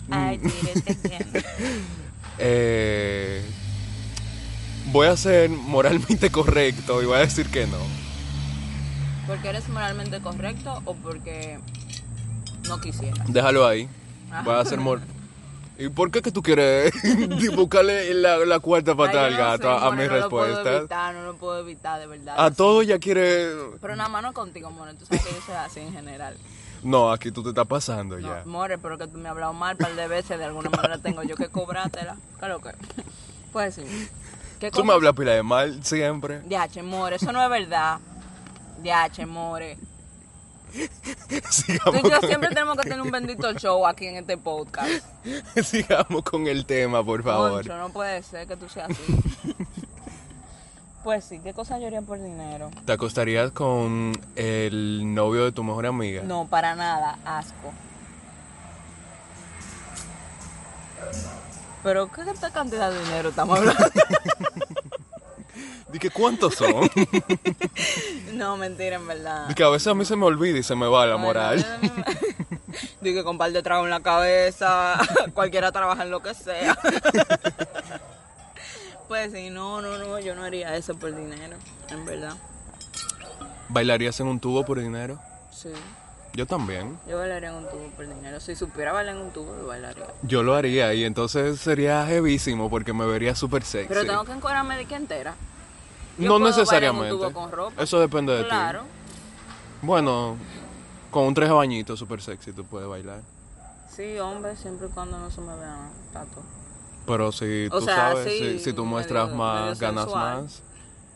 [SPEAKER 1] Mm.
[SPEAKER 2] I did it again.
[SPEAKER 1] Eh, voy a ser moralmente correcto y voy a decir que no.
[SPEAKER 2] ¿Porque eres moralmente correcto o porque no quisiera?
[SPEAKER 1] Déjalo ahí. Voy a
[SPEAKER 2] Ah.
[SPEAKER 1] ser mor... ¿Y por qué que tú quieres buscarle la, la cuarta pata
[SPEAKER 2] Ay,
[SPEAKER 1] al
[SPEAKER 2] yo no
[SPEAKER 1] gato
[SPEAKER 2] sé,
[SPEAKER 1] a, Ah. a
[SPEAKER 2] More,
[SPEAKER 1] mis
[SPEAKER 2] No lo puedo
[SPEAKER 1] respuestas?
[SPEAKER 2] evitar, no lo puedo evitar, de verdad.
[SPEAKER 1] A todo ya quiere...
[SPEAKER 2] Pero nada más no contigo, More. Tú sabes que yo soy así en general.
[SPEAKER 1] No, aquí tú te estás pasando
[SPEAKER 2] No,
[SPEAKER 1] ya.
[SPEAKER 2] More, pero que tú me has hablado mal par de veces, de alguna manera tengo yo que cobrártela. Claro que. Pues sí. ¿Qué
[SPEAKER 1] Tú me
[SPEAKER 2] cosas-
[SPEAKER 1] hablas pila de mal siempre.
[SPEAKER 2] Diache, More, eso no es verdad. Diache, More. Tú
[SPEAKER 1] Sigamos
[SPEAKER 2] y yo
[SPEAKER 1] con-
[SPEAKER 2] siempre tenemos que tener un bendito show aquí en este podcast.
[SPEAKER 1] Sigamos con el tema, por favor.
[SPEAKER 2] Concho, no puede ser que tú seas así. pues sí, ¿qué cosas yo haría por dinero?
[SPEAKER 1] ¿Te acostarías con el novio de tu mejor amiga?
[SPEAKER 2] No, para nada, asco. Pero, ¿qué esta cantidad de dinero estamos hablando?
[SPEAKER 1] Di que, ¿cuántos son?
[SPEAKER 2] no, mentira, en verdad.
[SPEAKER 1] Di que a veces a mí se me olvida y se me va la moral.
[SPEAKER 2] Dije, con par de trago en la cabeza, cualquiera trabaja en lo que sea. pues sí, no, no, no, yo no haría eso por dinero, en verdad.
[SPEAKER 1] ¿Bailarías en un tubo por dinero?
[SPEAKER 2] Sí.
[SPEAKER 1] Yo también.
[SPEAKER 2] Yo bailaría en un tubo por dinero. Si supiera bailar en un tubo, lo bailaría.
[SPEAKER 1] Yo lo haría y entonces sería jevísimo porque me vería súper sexy.
[SPEAKER 2] Pero tengo que encuadrarme de que entera. Yo
[SPEAKER 1] no
[SPEAKER 2] puedo bailar en un
[SPEAKER 1] necesariamente.
[SPEAKER 2] tubo con ropa.
[SPEAKER 1] Eso depende de
[SPEAKER 2] Claro.
[SPEAKER 1] ti. Bueno, con un traje bañito súper sexy tú puedes bailar.
[SPEAKER 2] Sí, hombre, siempre y cuando no se me vean tanto.
[SPEAKER 1] Pero si
[SPEAKER 2] O
[SPEAKER 1] tú
[SPEAKER 2] sea,
[SPEAKER 1] sabes,
[SPEAKER 2] sí,
[SPEAKER 1] si, si tú
[SPEAKER 2] medio-
[SPEAKER 1] muestras
[SPEAKER 2] medio
[SPEAKER 1] más, ganas
[SPEAKER 2] sensual.
[SPEAKER 1] más.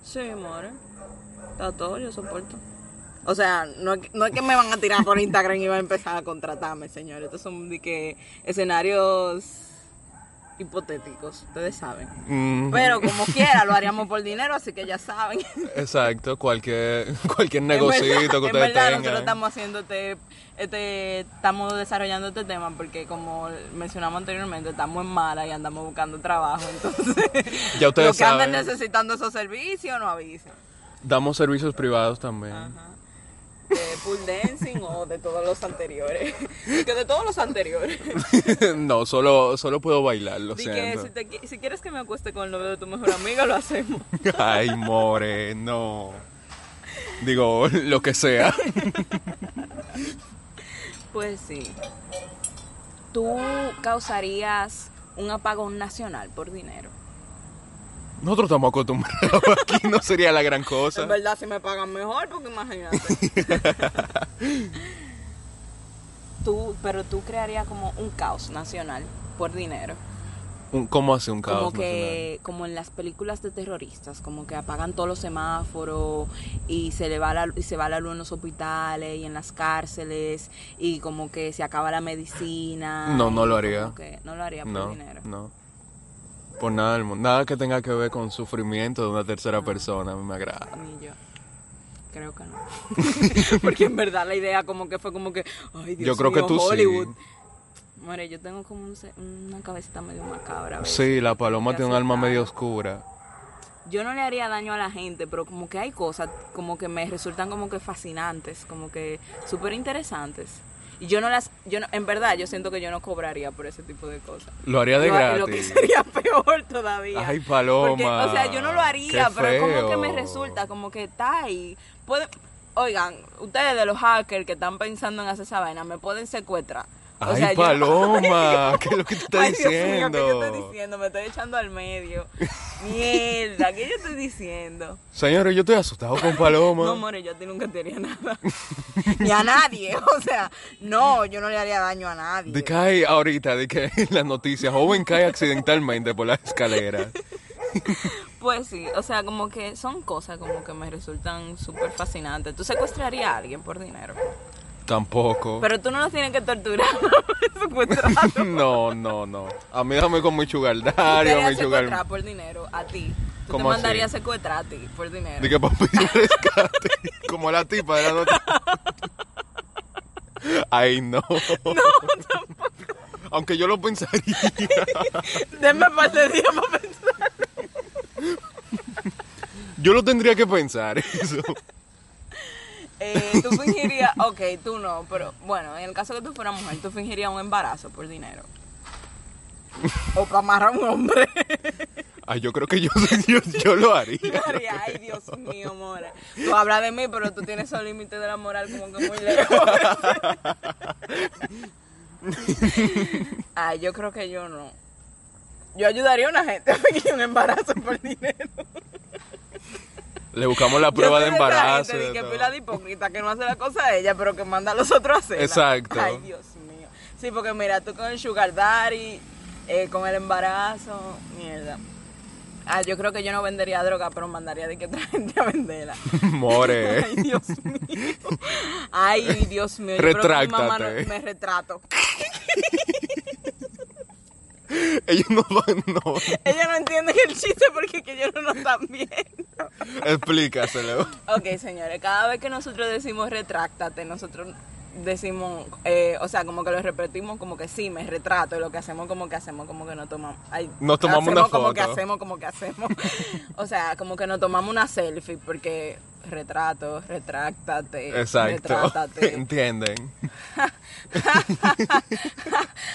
[SPEAKER 2] Sí, more. Está todo, yo soporto. O sea, no, es que- no es que me van a tirar por Instagram y van a empezar a contratarme, señores. Estos son de que escenarios hipotéticos, ustedes saben.
[SPEAKER 1] Mm,
[SPEAKER 2] Pero como quiera, lo haríamos por dinero, así que ya saben.
[SPEAKER 1] Exacto, cualquier, cualquier
[SPEAKER 2] En verdad-
[SPEAKER 1] negocito que
[SPEAKER 2] en
[SPEAKER 1] ustedes
[SPEAKER 2] verdad,
[SPEAKER 1] tengan.
[SPEAKER 2] nosotros estamos haciendo este, este- estamos desarrollando este tema porque como mencionamos anteriormente, estamos en mala y andamos buscando trabajo, entonces
[SPEAKER 1] Ya ustedes
[SPEAKER 2] los que andan
[SPEAKER 1] saben.
[SPEAKER 2] necesitando esos servicios no avisan.
[SPEAKER 1] Damos servicios privados también.
[SPEAKER 2] Ajá. De pool dancing o de todos los anteriores. Que de todos los anteriores.
[SPEAKER 1] no, solo, solo puedo bailar, lo
[SPEAKER 2] Di que
[SPEAKER 1] siento.
[SPEAKER 2] si, te qui- si quieres que me acueste con el novio de tu mejor amiga, lo hacemos.
[SPEAKER 1] Ay, more, no. Digo, lo que sea.
[SPEAKER 2] Pues sí. ¿Tú causarías un apagón nacional por dinero?
[SPEAKER 1] Nosotros estamos acostumbrados aquí, no sería la gran cosa.
[SPEAKER 2] En verdad, si me pagan mejor, porque imagínate. tú, pero tú crearías como un caos nacional por dinero.
[SPEAKER 1] Un- ¿Cómo hace un caos?
[SPEAKER 2] como que como en las películas de terroristas como que apagan todos los semáforos y se le va la, y se va la luz en los hospitales y en las cárceles y como que se acaba la medicina
[SPEAKER 1] No, no
[SPEAKER 2] y
[SPEAKER 1] lo haría.
[SPEAKER 2] como que no lo haría por
[SPEAKER 1] nacional?
[SPEAKER 2] dinero
[SPEAKER 1] No, Mm. no. Por nada del mundo. Nada que tenga que ver con sufrimiento de una tercera
[SPEAKER 2] Ah.
[SPEAKER 1] persona, a mí me agrada.
[SPEAKER 2] ni yo creo que no porque en verdad la idea como que fue como que ay Dios
[SPEAKER 1] Yo creo
[SPEAKER 2] mío,
[SPEAKER 1] que tú sí.
[SPEAKER 2] Hollywood More, yo tengo como un se- una cabecita medio macabra. a veces.
[SPEAKER 1] Sí, la paloma
[SPEAKER 2] que
[SPEAKER 1] tiene un alma
[SPEAKER 2] aceptar.
[SPEAKER 1] medio oscura.
[SPEAKER 2] Yo no le haría daño a la gente, pero como que hay cosas como que me resultan como que fascinantes, como que súper interesantes. Y yo no las, yo no- en verdad, yo siento que yo no cobraría por ese tipo de cosas.
[SPEAKER 1] Lo haría de
[SPEAKER 2] Lo-
[SPEAKER 1] gratis.
[SPEAKER 2] Lo que sería peor todavía.
[SPEAKER 1] Ay, Paloma,
[SPEAKER 2] Porque, o sea, yo no lo haría,
[SPEAKER 1] qué
[SPEAKER 2] pero es como que me
[SPEAKER 1] feo.
[SPEAKER 2] resulta, como que está ahí. Puede- oigan, ustedes de los hackers que están pensando en hacer esa vaina, me pueden secuestrar. O
[SPEAKER 1] Ay,
[SPEAKER 2] sea, yo-
[SPEAKER 1] Paloma, ¿qué es lo que te está
[SPEAKER 2] Ay, Dios mío,
[SPEAKER 1] diciendo?
[SPEAKER 2] ¿qué yo estoy diciendo? Me estoy echando al medio. Mierda, ¿qué yo estoy diciendo?
[SPEAKER 1] Señores, yo estoy asustado con Paloma.
[SPEAKER 2] No, more, yo a ti nunca te haría nada. Ni a nadie. O sea, no, yo no le haría daño a nadie.
[SPEAKER 1] De cae ahorita, de que en las noticias, joven cae accidentalmente por las escaleras.
[SPEAKER 2] Pues sí, o sea, como que son cosas como que me resultan súper fascinantes. Tú secuestrarías a alguien por dinero.
[SPEAKER 1] Tampoco.
[SPEAKER 2] Pero tú no los tienes que torturar. para secuestrar.
[SPEAKER 1] No, no, no. A mí dame con mi
[SPEAKER 2] Tú te
[SPEAKER 1] chugaldario,
[SPEAKER 2] harías
[SPEAKER 1] mi
[SPEAKER 2] secuestrar
[SPEAKER 1] chugal.
[SPEAKER 2] por dinero a ti. Tú te
[SPEAKER 1] ¿Cómo así?
[SPEAKER 2] mandarías a secuestrar a ti por dinero.
[SPEAKER 1] De que para pedir rescate. Como la tipa de la nota. Ay, no. No, tampoco. Aunque yo lo pensaría.
[SPEAKER 2] Denme parte de día para pensar.
[SPEAKER 1] Yo lo tendría que pensar, eso.
[SPEAKER 2] Eh, tú fingirías, ok, tú no, pero bueno, en el caso que tú fueras mujer, tú fingirías un embarazo por dinero. O para amarrar a un hombre.
[SPEAKER 1] Ay, Ah, yo creo que yo, yo, yo lo haría.
[SPEAKER 2] Gloria, Ay, Dios mío, more. Tú hablas de mí, pero tú tienes esos límites de la moral como que muy lejos. Ay, yo creo que yo no. Yo ayudaría a una gente a fingir un embarazo por dinero.
[SPEAKER 1] Le buscamos la prueba
[SPEAKER 2] Yo
[SPEAKER 1] de
[SPEAKER 2] soy esa
[SPEAKER 1] embarazo.
[SPEAKER 2] gente,
[SPEAKER 1] y
[SPEAKER 2] di
[SPEAKER 1] de
[SPEAKER 2] que
[SPEAKER 1] todo.
[SPEAKER 2] pila de hipócrita que no hace la cosa a ella, pero que manda a los otros a hacerla.
[SPEAKER 1] Exacto.
[SPEAKER 2] Ay, Dios mío. Sí, porque mira, tú con el sugar daddy, eh, con el embarazo, mierda. Ah, yo creo que yo no vendería droga, pero mandaría de que otra gente a venderla.
[SPEAKER 1] More.
[SPEAKER 2] Ay, Dios mío. Ay, Dios mío. Yo creo que mi mamá no-
[SPEAKER 1] Retráctate.
[SPEAKER 2] me retrato.
[SPEAKER 1] Ellos no van, no.
[SPEAKER 2] Ella no entiende el chiste porque es que ellos no nos están viendo.
[SPEAKER 1] Explícaselo.
[SPEAKER 2] Ok, señores, cada vez que nosotros decimos retráctate, nosotros decimos, eh, o sea, como que lo repetimos como que sí, me retrato, y lo que hacemos como que hacemos como que no tomamos. ay,
[SPEAKER 1] Nos tomamos una
[SPEAKER 2] hacemos Como
[SPEAKER 1] foto.
[SPEAKER 2] que hacemos como que hacemos. o sea, como que nos tomamos una selfie porque retrato, retráctate,
[SPEAKER 1] Exacto.
[SPEAKER 2] retrátate.
[SPEAKER 1] ¿Entienden?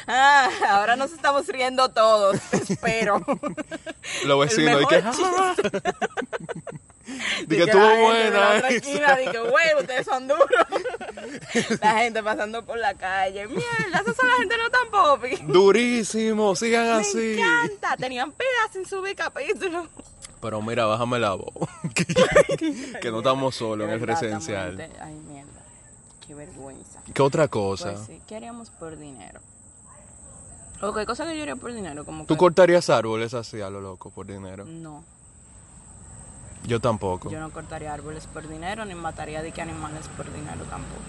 [SPEAKER 2] Ah, ahora nos estamos riendo todos, espero.
[SPEAKER 1] Los
[SPEAKER 2] El
[SPEAKER 1] vecinos. Pues y que, "Ah".
[SPEAKER 2] mejor chiste.
[SPEAKER 1] Dije,
[SPEAKER 2] la
[SPEAKER 1] estuvo
[SPEAKER 2] gente de la
[SPEAKER 1] buena.
[SPEAKER 2] otra esquina, dije, güey, ustedes son duros. la gente pasando por la calle. Mierda, esa son la gente no tan popi.
[SPEAKER 1] Durísimo, sigan
[SPEAKER 2] Me
[SPEAKER 1] así.
[SPEAKER 2] encanta. Tenían pedas sin subir capítulo.
[SPEAKER 1] Pero mira, bájame la voz. que, que no estamos solos en el
[SPEAKER 2] Verdad, estamos
[SPEAKER 1] residencial.
[SPEAKER 2] gente- Ay, mierda. Qué vergüenza.
[SPEAKER 1] ¿Qué otra cosa?
[SPEAKER 2] Pues sí, ¿qué haríamos por dinero? O qué cosa que yo haría por dinero, como
[SPEAKER 1] ¿Tú
[SPEAKER 2] que-
[SPEAKER 1] cortarías árboles así a lo loco por dinero?
[SPEAKER 2] No,
[SPEAKER 1] Yo tampoco.
[SPEAKER 2] yo no cortaría árboles por dinero, ni mataría de que animales por dinero tampoco.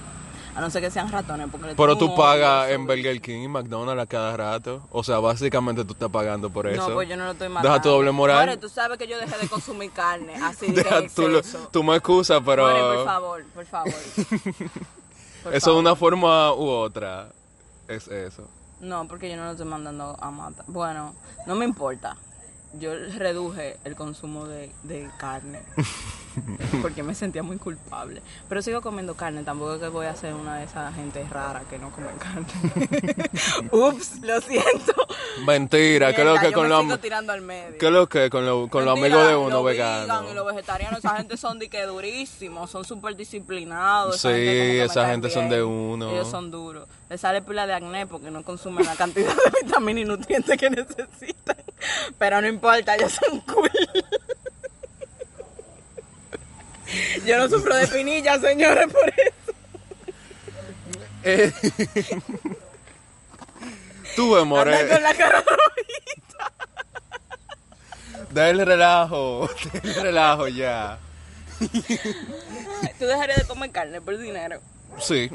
[SPEAKER 2] A no ser que sean ratones, porque le
[SPEAKER 1] Pero
[SPEAKER 2] tengo
[SPEAKER 1] tú
[SPEAKER 2] un
[SPEAKER 1] pagas
[SPEAKER 2] odio
[SPEAKER 1] en Burger King y McDonald's a cada rato. O sea, básicamente tú estás pagando por eso.
[SPEAKER 2] No, pues yo no lo estoy matando.
[SPEAKER 1] Deja tu doble moral.
[SPEAKER 2] More, tú sabes que yo dejé de consumir carne, así de
[SPEAKER 1] Deja, tú, lo-
[SPEAKER 2] exceso.
[SPEAKER 1] tú me excusas, pero
[SPEAKER 2] More, por favor, por favor. Por
[SPEAKER 1] eso de
[SPEAKER 2] favor.
[SPEAKER 1] una forma u otra es eso.
[SPEAKER 2] No, porque yo no lo estoy mandando a matar. Bueno, no me importa. Yo reduje el consumo de, de carne. Porque me sentía muy culpable. Pero sigo comiendo carne. Tampoco es que voy a ser una de esas gente rara que no come carne. Ups, lo siento.
[SPEAKER 1] Mentira, creo
[SPEAKER 2] Mierda,
[SPEAKER 1] que
[SPEAKER 2] yo
[SPEAKER 1] con
[SPEAKER 2] me
[SPEAKER 1] los
[SPEAKER 2] sigo
[SPEAKER 1] am-
[SPEAKER 2] tirando al medio.
[SPEAKER 1] ¿Qué es lo que con, lo- con los
[SPEAKER 2] Mentira,
[SPEAKER 1] amigos de uno
[SPEAKER 2] los vegan
[SPEAKER 1] vegano?
[SPEAKER 2] y los vegetarianos, esa gente son de que durísimos, son súper disciplinados.
[SPEAKER 1] Sí,
[SPEAKER 2] como que me
[SPEAKER 1] esa
[SPEAKER 2] caen
[SPEAKER 1] gente son
[SPEAKER 2] bien.
[SPEAKER 1] de uno.
[SPEAKER 2] Ellos son duros. Les sale pila de acné porque no consumen la cantidad de vitaminas y nutrientes que necesitan. Pero no importa, ellos son cool. Yo no sufro de pinillas, señores, por eso.
[SPEAKER 1] Eh, tú eh, ves,
[SPEAKER 2] Andan con
[SPEAKER 1] More,
[SPEAKER 2] la cara roja.
[SPEAKER 1] dale relajo, dale relajo ya.
[SPEAKER 2] Tú dejarías de comer carne por dinero.
[SPEAKER 1] Sí,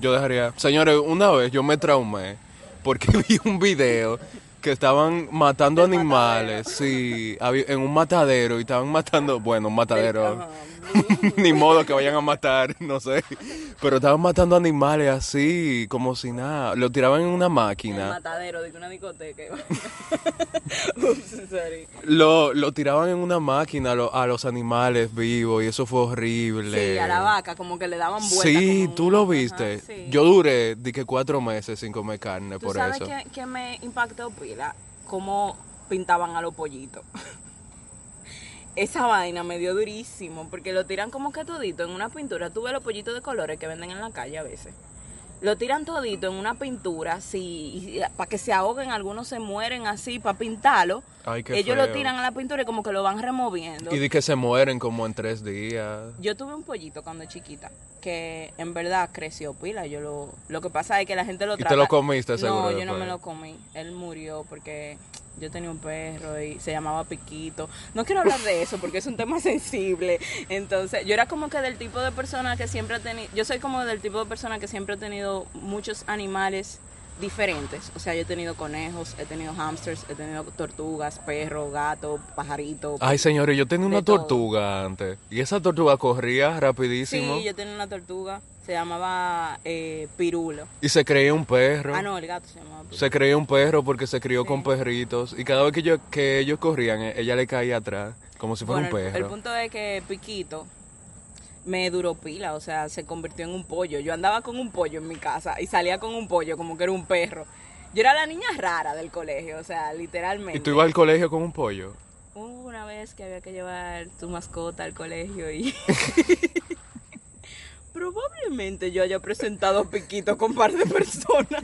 [SPEAKER 1] yo dejaría. Señores, una vez yo me traumé porque vi un video que estaban matando
[SPEAKER 2] Del
[SPEAKER 1] animales, sí, había- en un matadero y estaban matando, bueno, un matadero.
[SPEAKER 2] Ajá.
[SPEAKER 1] Ni modo que vayan a matar, no sé. Pero estaban matando animales así, como si nada. Lo tiraban en una
[SPEAKER 2] El
[SPEAKER 1] máquina.
[SPEAKER 2] matadero de una discoteca. Ups, sorry.
[SPEAKER 1] Lo, lo tiraban en una máquina a, lo- a los animales vivos y eso fue horrible.
[SPEAKER 2] Sí, a la vaca, como que le daban vueltas.
[SPEAKER 1] Eh, Sí,
[SPEAKER 2] como-
[SPEAKER 1] tú lo
[SPEAKER 2] Ajá,
[SPEAKER 1] viste.
[SPEAKER 2] sí.
[SPEAKER 1] Yo duré, di que cuatro meses sin comer carne
[SPEAKER 2] ¿Tú
[SPEAKER 1] por
[SPEAKER 2] sabes
[SPEAKER 1] eso.
[SPEAKER 2] Que, me impactó, Pila? Cómo pintaban a los pollitos. Esa vaina me dio durísimo, porque lo tiran como que todito en una pintura. Tú ves los pollitos de colores que venden en la calle a veces. Lo tiran todito en una pintura, si, para ah, que se ahoguen, algunos se mueren así, para pintarlo.
[SPEAKER 1] Ay, qué
[SPEAKER 2] Ellos lo
[SPEAKER 1] feo.
[SPEAKER 2] tiran a la pintura y como que lo van removiendo.
[SPEAKER 1] Y di que se mueren como en tres días.
[SPEAKER 2] Yo tuve un pollito cuando chiquita que en verdad creció pila. Yo lo, lo que pasa es que la gente lo
[SPEAKER 1] ¿Y te
[SPEAKER 2] trata-
[SPEAKER 1] lo comiste, seguro,
[SPEAKER 2] No, yo no
[SPEAKER 1] después?
[SPEAKER 2] me lo comí. Él murió porque yo tenía un perro y se llamaba Piquito. No quiero hablar de eso porque es un tema sensible. Entonces, yo era como que del tipo de persona que siempre ha tenido. Yo soy como del tipo de persona que siempre ha tenido muchos animales diferentes. O sea, yo he tenido conejos, he tenido hamsters, he tenido tortugas, perro, gato, pajarito.
[SPEAKER 1] Ay, señores, yo tenía
[SPEAKER 2] De
[SPEAKER 1] una
[SPEAKER 2] todo.
[SPEAKER 1] tortuga antes. Y esa tortuga corría rapidísimo.
[SPEAKER 2] Sí, yo tenía una tortuga, se llamaba eh, Pirulo.
[SPEAKER 1] Y se creía un perro.
[SPEAKER 2] Ah, no, el gato se llamaba Pirulo.
[SPEAKER 1] Se creía un perro porque se crió con perritos. Y cada vez que, yo, que ellos corrían, eh, ella le caía atrás. Como si fuera
[SPEAKER 2] Bueno,
[SPEAKER 1] un
[SPEAKER 2] el, el
[SPEAKER 1] perro.
[SPEAKER 2] punto es que Piquito me duró pila, o sea, se convirtió en un pollo. Yo andaba con un pollo en mi casa y salía con un pollo como que era un perro. Yo era la niña rara del colegio, o sea, literalmente.
[SPEAKER 1] Y tú ibas al colegio con un pollo.
[SPEAKER 2] Hubo una vez que había que llevar tu mascota al colegio y... Probablemente yo haya presentado a Piquito con par de personas.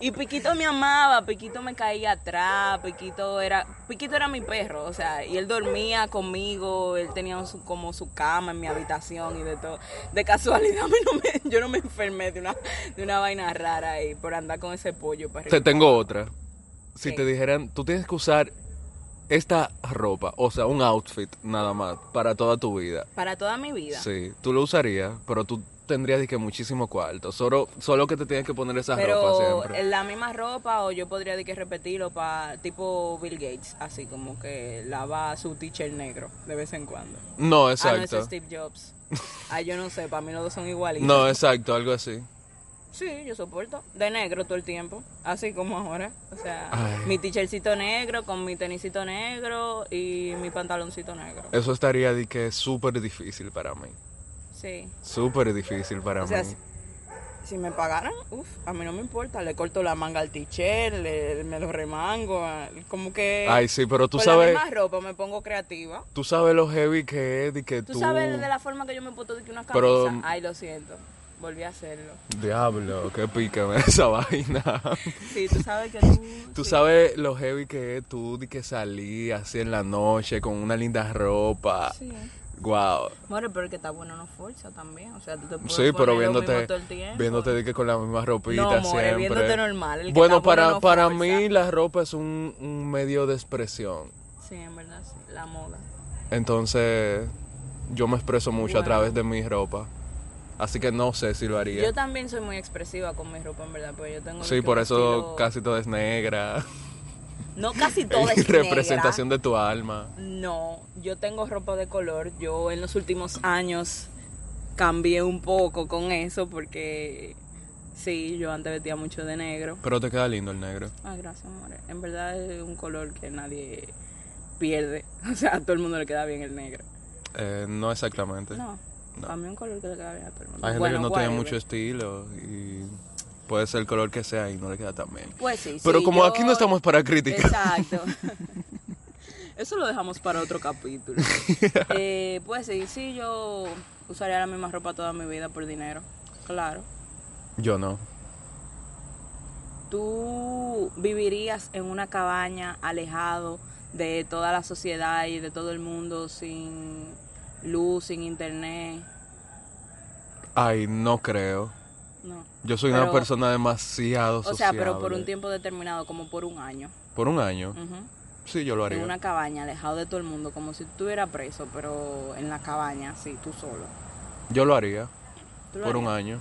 [SPEAKER 2] Y Piquito me amaba, Piquito me caía atrás, Piquito era, Piquito era mi perro, o sea, y él dormía conmigo, él tenía su- como su cama en mi habitación y de todo. De casualidad, a mí no me- yo no me enfermé de una, de una vaina rara ahí por andar con ese pollo para
[SPEAKER 1] Te tengo otra. Si
[SPEAKER 2] ¿Qué?
[SPEAKER 1] te dijeran, tú tienes que usar esta ropa, o sea, un outfit nada más, para toda tu vida.
[SPEAKER 2] Para toda mi vida.
[SPEAKER 1] Sí, tú lo usarías, pero tú tendrías de que muchísimo cuarto. Solo, solo que te tienes que poner esa ropa
[SPEAKER 2] Pero
[SPEAKER 1] siempre.
[SPEAKER 2] en la misma ropa o yo podría de que repetirlo para tipo Bill Gates, así como que lava su teacher negro de vez en cuando.
[SPEAKER 1] No,
[SPEAKER 2] Ah, no, ese
[SPEAKER 1] exacto.
[SPEAKER 2] es Steve Jobs. Ah, yo no sé, para mí los dos son igualitos.
[SPEAKER 1] No, exacto, algo así.
[SPEAKER 2] Sí, yo soporto. De negro todo el tiempo, así como ahora. O sea,
[SPEAKER 1] Ay.
[SPEAKER 2] mi teachercito negro con mi tenisito negro y mi pantaloncito negro.
[SPEAKER 1] Eso estaría de que súper difícil para mí.
[SPEAKER 2] Sí.
[SPEAKER 1] Súper difícil para
[SPEAKER 2] O sea,
[SPEAKER 1] mí.
[SPEAKER 2] si- Si me pagaran, uff, a mí no me importa. Le corto la manga al t-shirt, le- me lo remango. eh, Como que.
[SPEAKER 1] Ay, sí, pero tú
[SPEAKER 2] con
[SPEAKER 1] sabes,
[SPEAKER 2] la misma ropa me pongo creativa.
[SPEAKER 1] tú sabes lo heavy que es y que tú...
[SPEAKER 2] Tú, sabes de la forma que yo me puto de que una camisa.
[SPEAKER 1] Pero-
[SPEAKER 2] Ay, lo siento. Volví a hacerlo.
[SPEAKER 1] Diablo, qué pica esa vaina.
[SPEAKER 2] Sí, tú sabes que tú.
[SPEAKER 1] Tú
[SPEAKER 2] sí.
[SPEAKER 1] sabes lo heavy que es tú de que salí así en la noche con una linda ropa.
[SPEAKER 2] Sí.
[SPEAKER 1] Wow.
[SPEAKER 2] More, pero el que está bueno no fuerza también. O sea, tú te puedes
[SPEAKER 1] Sí, pero
[SPEAKER 2] poner lo mismo
[SPEAKER 1] viéndote,
[SPEAKER 2] todo el tiempo.
[SPEAKER 1] viéndote de que con la misma ropita
[SPEAKER 2] No, more,
[SPEAKER 1] siempre.
[SPEAKER 2] viéndote normal, el que
[SPEAKER 1] bueno,
[SPEAKER 2] está bueno
[SPEAKER 1] para,
[SPEAKER 2] no
[SPEAKER 1] para
[SPEAKER 2] forza.
[SPEAKER 1] mí la ropa es un, un medio de expresión.
[SPEAKER 2] Sí, en verdad, sí. La moda.
[SPEAKER 1] Entonces, yo me expreso mucho a
[SPEAKER 2] Bueno.
[SPEAKER 1] través de mi ropa. Así que no sé si lo haría.
[SPEAKER 2] Yo también soy muy expresiva con mi ropa, en verdad, porque yo tengo.
[SPEAKER 1] sí,
[SPEAKER 2] que
[SPEAKER 1] por
[SPEAKER 2] un
[SPEAKER 1] eso
[SPEAKER 2] estilo-
[SPEAKER 1] casi todo es negra.
[SPEAKER 2] No, casi todo es negra.
[SPEAKER 1] representación de tu alma.
[SPEAKER 2] No, yo tengo ropa de color. Yo en los últimos años cambié un poco con eso porque sí, yo antes vestía mucho de negro.
[SPEAKER 1] Pero te queda lindo el negro.
[SPEAKER 2] Ay, gracias, amor. En verdad es un color que nadie pierde. O sea, a todo el mundo le queda bien el negro.
[SPEAKER 1] Eh, no exactamente.
[SPEAKER 2] No, a mí un color que le queda bien a todo el mundo.
[SPEAKER 1] Hay gente
[SPEAKER 2] Bueno,
[SPEAKER 1] que no tiene
[SPEAKER 2] whatever.
[SPEAKER 1] mucho estilo y puede ser el color que sea y no le queda tan bien.
[SPEAKER 2] Pues sí,
[SPEAKER 1] Pero
[SPEAKER 2] sí,
[SPEAKER 1] como
[SPEAKER 2] yo-
[SPEAKER 1] aquí no estamos para criticar.
[SPEAKER 2] Exacto. Eso lo dejamos para otro capítulo. Eh, pues sí, sí, yo usaría la misma ropa toda mi vida por dinero. Claro.
[SPEAKER 1] Yo no.
[SPEAKER 2] ¿Tú vivirías en una cabaña alejado de toda la sociedad y de todo el mundo sin luz, sin internet?
[SPEAKER 1] Ay, no creo.
[SPEAKER 2] No.
[SPEAKER 1] Yo soy una
[SPEAKER 2] Pero-
[SPEAKER 1] persona demasiado
[SPEAKER 2] O sea, pero por
[SPEAKER 1] sociable.
[SPEAKER 2] un tiempo determinado, como por un año.
[SPEAKER 1] Por un año.
[SPEAKER 2] Ujú.
[SPEAKER 1] Sí, yo lo haría.
[SPEAKER 2] En una cabaña, alejado de todo el mundo, como si tú estuvieras preso, pero en la cabaña, sí, tú solo.
[SPEAKER 1] Yo lo haría.
[SPEAKER 2] ¿Tú lo
[SPEAKER 1] por un
[SPEAKER 2] harías?
[SPEAKER 1] año.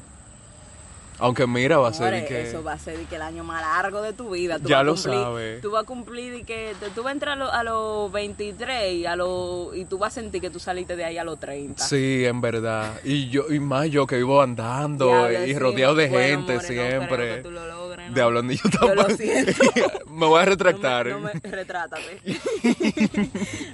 [SPEAKER 1] Aunque mira, va a ser
[SPEAKER 2] More,
[SPEAKER 1] y que...
[SPEAKER 2] Eso va a ser y que el año más largo de tu vida. Tú
[SPEAKER 1] Ya
[SPEAKER 2] vas a
[SPEAKER 1] lo
[SPEAKER 2] cumplir-
[SPEAKER 1] sabe.
[SPEAKER 2] Tú vas a cumplir y que te- tú vas a entrar a los, a los 23 y, a los- y tú vas a sentir que tú saliste de ahí a los 30.
[SPEAKER 1] Sí, en verdad. Y yo y más yo que vivo andando
[SPEAKER 2] Diablo,
[SPEAKER 1] y
[SPEAKER 2] sí.
[SPEAKER 1] eh, rodeado de
[SPEAKER 2] Bueno,
[SPEAKER 1] gente
[SPEAKER 2] more, No creo
[SPEAKER 1] siempre.
[SPEAKER 2] que tú lo logres, ¿no?
[SPEAKER 1] Diablo, ni yo
[SPEAKER 2] Yo lo
[SPEAKER 1] tampoco.
[SPEAKER 2] siento.
[SPEAKER 1] me voy a
[SPEAKER 2] No me-
[SPEAKER 1] retractar.
[SPEAKER 2] No me, retrátate.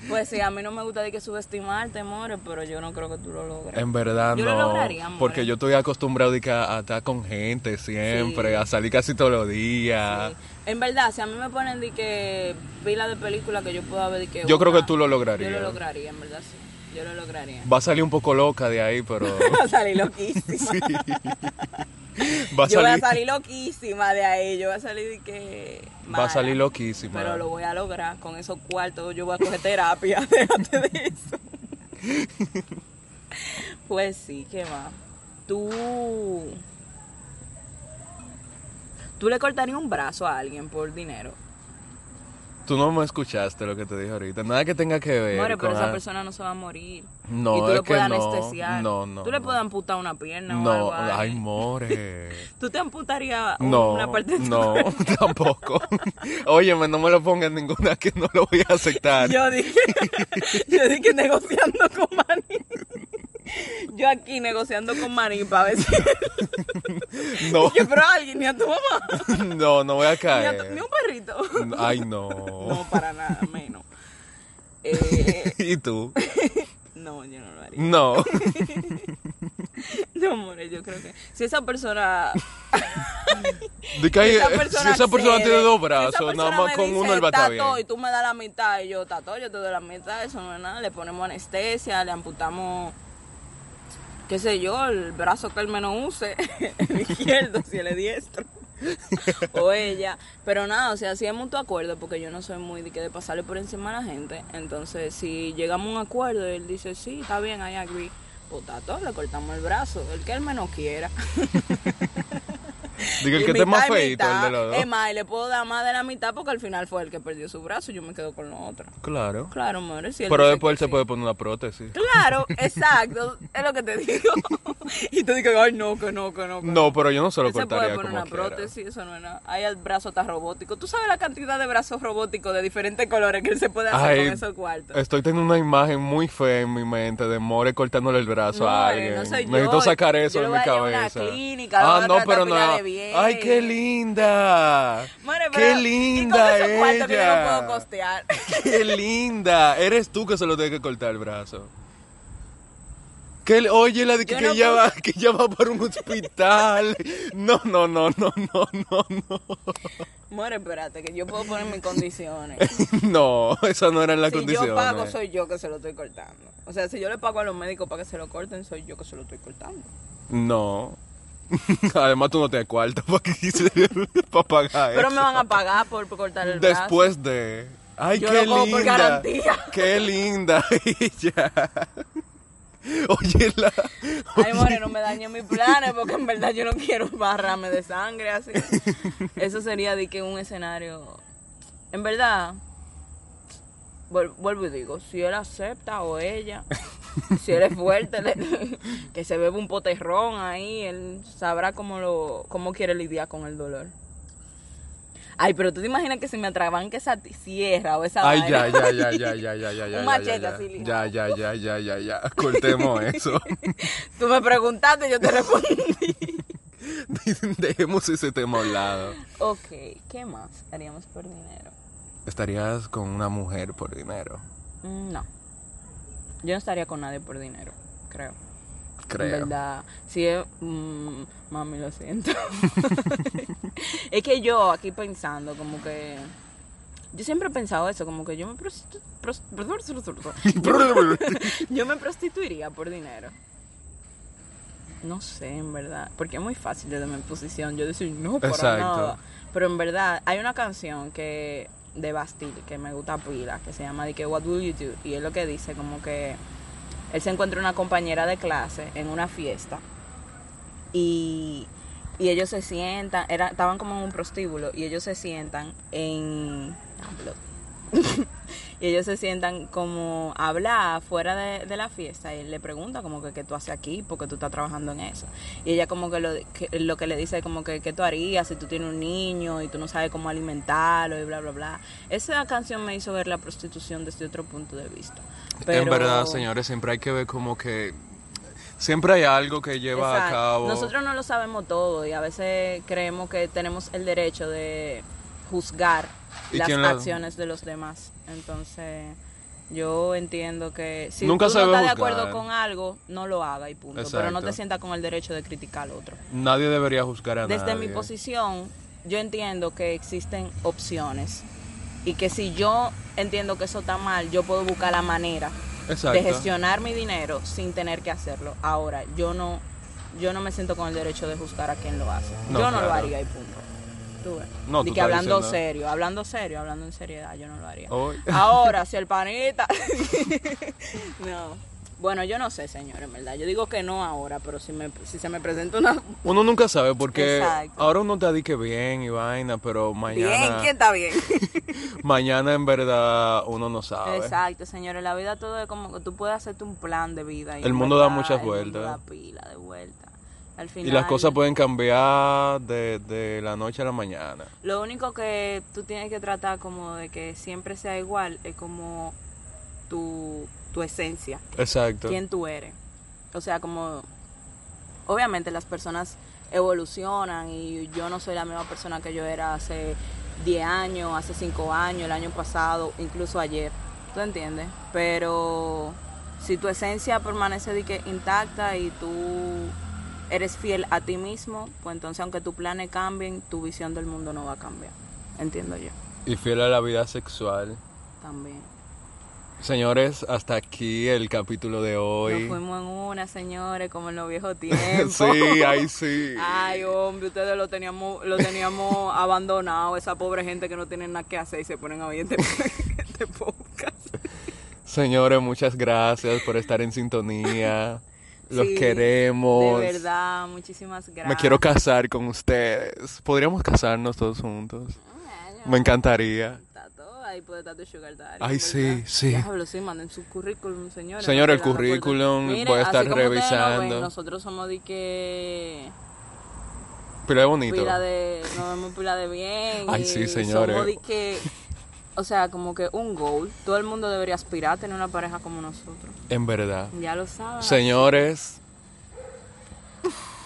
[SPEAKER 2] pues sí, a mí no me gusta de que subestimarte, more, pero yo no creo que tú lo logres.
[SPEAKER 1] En verdad
[SPEAKER 2] Yo
[SPEAKER 1] no.
[SPEAKER 2] lo lograría, amor.
[SPEAKER 1] Porque yo estoy acostumbrado de que a, a estar con gente siempre,
[SPEAKER 2] Sí.
[SPEAKER 1] a salir casi todos los días.
[SPEAKER 2] Sí. En verdad, si a mí me ponen de que pila de película que yo pueda ver de que
[SPEAKER 1] Yo creo
[SPEAKER 2] una,
[SPEAKER 1] que tú lo
[SPEAKER 2] Yo
[SPEAKER 1] lograrías.
[SPEAKER 2] lo lograría, en verdad sí. Yo lo lograría.
[SPEAKER 1] Va a salir un poco loca de ahí, pero
[SPEAKER 2] Va a salir loquísima.
[SPEAKER 1] va a
[SPEAKER 2] yo voy a
[SPEAKER 1] salir,
[SPEAKER 2] salir loquísima de ahí. Yo voy a salir de que.
[SPEAKER 1] va a salir
[SPEAKER 2] mala.
[SPEAKER 1] loquísima.
[SPEAKER 2] Pero lo voy a lograr. Con esos cuartos yo voy a coger terapia. Déjate de eso. pues sí, ¿qué más? Tú. Tú le cortarías un brazo a alguien por dinero.
[SPEAKER 1] Tú no me escuchaste lo que te dije ahorita. Nada que tenga que ver.
[SPEAKER 2] More, pero
[SPEAKER 1] con-
[SPEAKER 2] esa persona no se va a morir.
[SPEAKER 1] No,
[SPEAKER 2] y tú
[SPEAKER 1] es
[SPEAKER 2] le
[SPEAKER 1] que
[SPEAKER 2] puedes
[SPEAKER 1] no.
[SPEAKER 2] anestesiar.
[SPEAKER 1] No, no,
[SPEAKER 2] Tú le
[SPEAKER 1] no.
[SPEAKER 2] puedes amputar una pierna o
[SPEAKER 1] No,
[SPEAKER 2] algo. a
[SPEAKER 1] ay,
[SPEAKER 2] alguien.
[SPEAKER 1] more.
[SPEAKER 2] Tú te amputarías un-
[SPEAKER 1] No,
[SPEAKER 2] una parte de tu
[SPEAKER 1] no,
[SPEAKER 2] cuerpo?
[SPEAKER 1] tampoco. Óyeme, no me lo pongas ninguna que no lo voy a aceptar.
[SPEAKER 2] Yo dije, yo dije negociando con Manny. Yo aquí negociando con Manny para ver si.
[SPEAKER 1] No,
[SPEAKER 2] Yo, pero a alguien, ni a tu mamá,
[SPEAKER 1] no, no voy a
[SPEAKER 2] ni, a tu-
[SPEAKER 1] caer.
[SPEAKER 2] ni a un perrito.
[SPEAKER 1] Ay,
[SPEAKER 2] No,
[SPEAKER 1] no.
[SPEAKER 2] para nada, menos. Eh,
[SPEAKER 1] ¿Y tú?
[SPEAKER 2] no, yo no lo haría.
[SPEAKER 1] No.
[SPEAKER 2] No, amores, yo creo que. Si esa persona
[SPEAKER 1] De que hay-
[SPEAKER 2] esa
[SPEAKER 1] eh,
[SPEAKER 2] persona
[SPEAKER 1] si esa persona
[SPEAKER 2] accede,
[SPEAKER 1] tiene dos
[SPEAKER 2] si esa
[SPEAKER 1] brazos, nada
[SPEAKER 2] persona
[SPEAKER 1] más
[SPEAKER 2] me
[SPEAKER 1] con
[SPEAKER 2] dice,
[SPEAKER 1] uno él va a estar bien.
[SPEAKER 2] "Tato, Y tú me das la mitad, y yo, Tato, yo te doy la mitad, eso no es nada. Le ponemos anestesia, le amputamos, qué sé yo, el brazo que él menos use, el izquierdo, si él es diestro. o ella, pero nada, o sea, si es mutuo acuerdo, porque yo no soy muy de que de pasarle por encima a la gente, entonces si llegamos a un acuerdo y él dice, sí, está bien, I agree, pues tato, le cortamos el brazo, el que él menos quiera.
[SPEAKER 1] Digo, el
[SPEAKER 2] Y
[SPEAKER 1] que esté más
[SPEAKER 2] mitad y
[SPEAKER 1] feito, el
[SPEAKER 2] mitad.
[SPEAKER 1] de los
[SPEAKER 2] Es
[SPEAKER 1] dos.
[SPEAKER 2] más, y le puedo dar más de la mitad porque al final fue el que perdió su brazo y yo me quedo con la otra.
[SPEAKER 1] Claro.
[SPEAKER 2] Claro, madre. Si él
[SPEAKER 1] Pero
[SPEAKER 2] dice
[SPEAKER 1] después él
[SPEAKER 2] que
[SPEAKER 1] se
[SPEAKER 2] sí.
[SPEAKER 1] puede poner una prótesis.
[SPEAKER 2] Claro, exacto. es lo que te digo. y tú dices, ay, no, que no, que no. que
[SPEAKER 1] No, pero yo no se lo
[SPEAKER 2] Él se puede
[SPEAKER 1] cortaría
[SPEAKER 2] poner
[SPEAKER 1] como
[SPEAKER 2] una
[SPEAKER 1] quiera.
[SPEAKER 2] prótesis, eso no es nada. Ahí el brazo está robótico. ¿Tú sabes la cantidad de brazos robóticos de diferentes colores que él se puede hacer
[SPEAKER 1] Ay, eh,
[SPEAKER 2] con esos cuartos?
[SPEAKER 1] estoy teniendo una imagen muy fea en mi mente de More cortándole el brazo a
[SPEAKER 2] eh,
[SPEAKER 1] alguien.
[SPEAKER 2] no soy yo.
[SPEAKER 1] Necesito sacar eso
[SPEAKER 2] Yo
[SPEAKER 1] de
[SPEAKER 2] lo
[SPEAKER 1] mi
[SPEAKER 2] voy a llevar a una
[SPEAKER 1] cabeza.
[SPEAKER 2] clínica, lo voy
[SPEAKER 1] ah,
[SPEAKER 2] a
[SPEAKER 1] no,
[SPEAKER 2] tratar
[SPEAKER 1] pero
[SPEAKER 2] pila
[SPEAKER 1] no.
[SPEAKER 2] de bien.
[SPEAKER 1] Ay, qué linda.
[SPEAKER 2] Madre,
[SPEAKER 1] qué
[SPEAKER 2] pero-
[SPEAKER 1] linda
[SPEAKER 2] y con esos cuartos que yo no
[SPEAKER 1] ella.
[SPEAKER 2] puedo costear.
[SPEAKER 1] Qué linda. Eres tú que se lo tiene que cortar el brazo. Que él- oye, la de que,
[SPEAKER 2] Yo
[SPEAKER 1] que
[SPEAKER 2] no
[SPEAKER 1] ella
[SPEAKER 2] puedo-
[SPEAKER 1] va, que ella va para un hospital. No, no, no, no, no, no, no.
[SPEAKER 2] Muere, espérate, que yo puedo poner mis condiciones.
[SPEAKER 1] No, esa no era la
[SPEAKER 2] si
[SPEAKER 1] condición.
[SPEAKER 2] yo pago,
[SPEAKER 1] eh.
[SPEAKER 2] soy yo que se lo estoy cortando. O sea, si yo le pago a los médicos para que se lo corten, soy yo que se lo estoy cortando.
[SPEAKER 1] No. Además, tú no te cuarto para, que, para pagar
[SPEAKER 2] Pero
[SPEAKER 1] eso.
[SPEAKER 2] me van a pagar por, por cortar el brazo.
[SPEAKER 1] Después de. Ay,
[SPEAKER 2] Yo
[SPEAKER 1] qué
[SPEAKER 2] lo cojo por
[SPEAKER 1] linda.
[SPEAKER 2] garantía.
[SPEAKER 1] Qué linda ella. Oye, la.
[SPEAKER 2] Ay, more, no me dañen mis planes porque en verdad yo no quiero barrarme de sangre así. Eso sería de que un escenario. En verdad, vuel- vuelvo y digo, si él acepta o ella, si él es fuerte, le- que se bebe un poterrón ahí, él sabrá cómo, lo, cómo quiere lidiar con el dolor. Ay, pero tú te imaginas que si me atrabanque esa t- sierra o esa.
[SPEAKER 1] Ay, ya,
[SPEAKER 2] vaina?
[SPEAKER 1] ya, ya, ya, ya, ya, ya, ya.
[SPEAKER 2] Un
[SPEAKER 1] ya,
[SPEAKER 2] machete
[SPEAKER 1] ya,
[SPEAKER 2] así, lindo.
[SPEAKER 1] ya, ya, ya, ya, ya, ya. Cortemos eso.
[SPEAKER 2] Tú me preguntaste, yo te respondí.
[SPEAKER 1] Dejemos ese tema a un lado.
[SPEAKER 2] ok, ¿qué más haríamos por dinero?
[SPEAKER 1] ¿Estarías con una mujer por dinero?
[SPEAKER 2] Mm, No. Yo no estaría con nadie por dinero, creo. En
[SPEAKER 1] Creo.
[SPEAKER 2] verdad. Sí, eh, mm, mami, lo siento. es que yo aquí pensando, como que. Yo siempre he pensado eso, como que yo me prostitu- pros- yo me prostituiría por dinero. No sé, en verdad. Porque es muy fácil desde mi posición. Yo decir, no, para
[SPEAKER 1] Exacto.
[SPEAKER 2] nada. Pero en verdad, hay una canción que de Bastille que me gusta pila, que se llama de que What Will You Do? Y es lo que dice, como que él se encuentra una compañera de clase en una fiesta y, y ellos se sientan, era, estaban como en un prostíbulo y ellos se sientan en... Diablo. y ellos se sientan como a hablar fuera de, de la fiesta y él le pregunta como que qué tú haces aquí porque tú estás trabajando en eso. Y ella como que lo que, lo que le dice como que qué tú harías si tú tienes un niño y tú no sabes cómo alimentarlo y bla, bla, bla. Esa canción me hizo ver la prostitución desde otro punto de vista.
[SPEAKER 1] En
[SPEAKER 2] Pero-
[SPEAKER 1] verdad, señores, siempre hay que ver como que. Siempre hay algo que lleva a
[SPEAKER 2] Exacto.
[SPEAKER 1] cabo.
[SPEAKER 2] Nosotros no lo sabemos todo y a veces creemos que tenemos el derecho de juzgar
[SPEAKER 1] ¿Y
[SPEAKER 2] las
[SPEAKER 1] quién lo-
[SPEAKER 2] acciones de los demás. Entonces, yo entiendo que si
[SPEAKER 1] Nunca
[SPEAKER 2] tú
[SPEAKER 1] se
[SPEAKER 2] no
[SPEAKER 1] debe
[SPEAKER 2] estás de
[SPEAKER 1] juzgar.
[SPEAKER 2] acuerdo con algo, no lo haga y punto. Pero no
[SPEAKER 1] Exacto.
[SPEAKER 2] te sientas con el derecho de criticar al otro.
[SPEAKER 1] Nadie debería juzgar a
[SPEAKER 2] Desde mi
[SPEAKER 1] nadie.
[SPEAKER 2] posición, yo entiendo que existen opciones y que si yo entiendo que eso está mal, yo puedo buscar la manera
[SPEAKER 1] Exacto.
[SPEAKER 2] de gestionar mi dinero sin tener que hacerlo. Ahora, yo no, yo no me siento con el derecho de juzgar a quien lo hace.
[SPEAKER 1] No,
[SPEAKER 2] yo no
[SPEAKER 1] claro.
[SPEAKER 2] lo haría y punto. Tú ves.
[SPEAKER 1] No,
[SPEAKER 2] De
[SPEAKER 1] tú
[SPEAKER 2] que
[SPEAKER 1] estás
[SPEAKER 2] hablando
[SPEAKER 1] diciendo-
[SPEAKER 2] serio, hablando serio, hablando en seriedad, yo no lo haría.
[SPEAKER 1] Hoy-
[SPEAKER 2] Ahora, si el panita. no. Bueno, yo no sé, señor, en verdad. Yo digo que no ahora, pero si, me, si se me presenta una.
[SPEAKER 1] Uno nunca sabe porque
[SPEAKER 2] Exacto.
[SPEAKER 1] ahora uno te dice bien y vaina, pero mañana,
[SPEAKER 2] Bien, ¿quién está bien?
[SPEAKER 1] mañana en verdad uno no sabe.
[SPEAKER 2] Exacto, señores. La vida todo es como que tú puedes hacerte un plan de vida. y
[SPEAKER 1] El
[SPEAKER 2] en
[SPEAKER 1] mundo da
[SPEAKER 2] verdad,
[SPEAKER 1] muchas
[SPEAKER 2] el mundo
[SPEAKER 1] vueltas.
[SPEAKER 2] da pila de vueltas. Al
[SPEAKER 1] Y
[SPEAKER 2] final.
[SPEAKER 1] las cosas pueden cambiar de, de la noche a la mañana.
[SPEAKER 2] Lo único que tú tienes que tratar como de que siempre sea igual es como tu, tu esencia,
[SPEAKER 1] Exacto.
[SPEAKER 2] quién tú eres. O sea, como obviamente las personas evolucionan y yo no soy la misma persona que yo era hace 10 años, hace 5 años, el año pasado, incluso ayer. ¿Tú entiendes? Pero si tu esencia permanece de que intacta y tú eres fiel a ti mismo, pues entonces aunque tus planes cambien, tu visión del mundo no va a cambiar. Entiendo yo
[SPEAKER 1] Y fiel a la vida sexual.
[SPEAKER 2] también.
[SPEAKER 1] Señores, hasta aquí el capítulo de hoy.
[SPEAKER 2] Nos fuimos en una, señores, como en los viejos tiempos.
[SPEAKER 1] sí, ahí sí.
[SPEAKER 2] Ay, hombre, ustedes lo teníamos, lo teníamos abandonado, esa pobre gente que no tiene nada que hacer y se ponen a oír este, este podcast.
[SPEAKER 1] Señores, muchas gracias por estar en sintonía. Los
[SPEAKER 2] Sí,
[SPEAKER 1] queremos.
[SPEAKER 2] De verdad, muchísimas gracias.
[SPEAKER 1] Me quiero casar con ustedes. Podríamos casarnos todos juntos.
[SPEAKER 2] Ah. Ay,
[SPEAKER 1] Me encantaría.
[SPEAKER 2] está todo Ahí puede estar tu sugar daddy.
[SPEAKER 1] Ay, sí,
[SPEAKER 2] ¿verdad?
[SPEAKER 1] sí.
[SPEAKER 2] Diablo, sí, manden su currículum, señores.
[SPEAKER 1] Señor, el
[SPEAKER 2] Porque la- la
[SPEAKER 1] currículum,
[SPEAKER 2] puerta-
[SPEAKER 1] voy a
[SPEAKER 2] Miren,
[SPEAKER 1] estar
[SPEAKER 2] así como ustedes nos ven,
[SPEAKER 1] revisando.
[SPEAKER 2] nosotros somos de que...
[SPEAKER 1] Pero es bonito.
[SPEAKER 2] pila de, nos vemos pila de bien.
[SPEAKER 1] Ay,
[SPEAKER 2] y
[SPEAKER 1] sí, señores.
[SPEAKER 2] somos de que, o sea, como que un goal. Todo el mundo debería aspirar a tener una pareja como nosotros.
[SPEAKER 1] En verdad.
[SPEAKER 2] Ya lo saben.
[SPEAKER 1] Señores,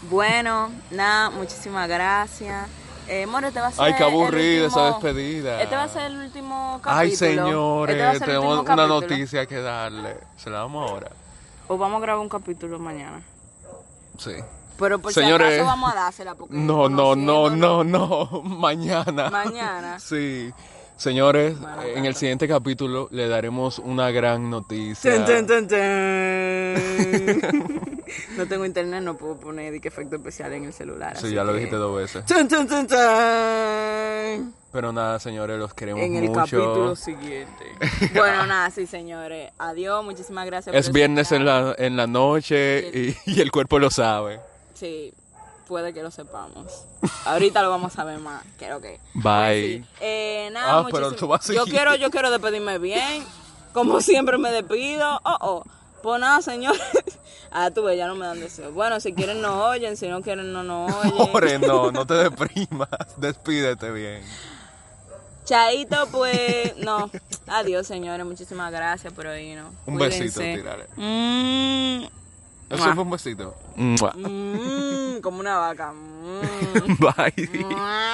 [SPEAKER 2] Bueno, nada, muchísimas gracias. Eh, More, te va a ser
[SPEAKER 1] ay, qué
[SPEAKER 2] el
[SPEAKER 1] aburrida esa
[SPEAKER 2] último-
[SPEAKER 1] despedida.
[SPEAKER 2] Este va a ser el último capítulo.
[SPEAKER 1] Ay,
[SPEAKER 2] Este va a
[SPEAKER 1] señores,
[SPEAKER 2] ser el
[SPEAKER 1] tenemos
[SPEAKER 2] último
[SPEAKER 1] una
[SPEAKER 2] capítulo.
[SPEAKER 1] noticia que darle. Se la damos ahora.
[SPEAKER 2] O vamos a grabar un capítulo mañana.
[SPEAKER 1] Sí.
[SPEAKER 2] Pero por
[SPEAKER 1] Señores,
[SPEAKER 2] si acaso vamos a dársela. Porque
[SPEAKER 1] No, no, no,
[SPEAKER 2] conociéndonos-
[SPEAKER 1] no, no. Mañana.
[SPEAKER 2] Mañana.
[SPEAKER 1] Sí. Señores,
[SPEAKER 2] Bueno,
[SPEAKER 1] en el siguiente capítulo le daremos una gran noticia.
[SPEAKER 2] Tun, tun, tun, tun. no tengo internet, no puedo poner de que efecto especial en el celular.
[SPEAKER 1] Sí,
[SPEAKER 2] así
[SPEAKER 1] ya lo
[SPEAKER 2] que-
[SPEAKER 1] dijiste dos veces.
[SPEAKER 2] Tun, tun, tun, tun.
[SPEAKER 1] Pero nada, señores, los queremos
[SPEAKER 2] En el
[SPEAKER 1] mucho.
[SPEAKER 2] capítulo siguiente. Bueno, nada, sí, señores. Adiós, muchísimas gracias.
[SPEAKER 1] Es
[SPEAKER 2] por
[SPEAKER 1] viernes en
[SPEAKER 2] escuchar.
[SPEAKER 1] la, en la noche y, y el cuerpo lo sabe.
[SPEAKER 2] Sí, puede que lo sepamos. Ahorita lo vamos a ver más. Creo que. Pues
[SPEAKER 1] Bye.
[SPEAKER 2] Eh, nada,
[SPEAKER 1] Ah, pero
[SPEAKER 2] muchísimas-
[SPEAKER 1] tú vas a
[SPEAKER 2] yo
[SPEAKER 1] seguir.
[SPEAKER 2] quiero, yo quiero despedirme bien. Como siempre me despido. Oh, oh. Pues nada, señores. Ah, tú ves, ya no me dan deseos. Bueno, si quieren no oyen, si no quieren no no
[SPEAKER 1] Pobre,
[SPEAKER 2] oyen.
[SPEAKER 1] no, no te deprimas. Despídete bien.
[SPEAKER 2] Chaito, pues, no. Adiós, señores. Muchísimas gracias por oírnos.
[SPEAKER 1] Un
[SPEAKER 2] Cuídense.
[SPEAKER 1] besito, tiraré.
[SPEAKER 2] Mm,
[SPEAKER 1] Eso fue un besito. Mua.
[SPEAKER 2] Mmm, mm, como una vaca. Mm.
[SPEAKER 1] Bye.
[SPEAKER 2] Mua.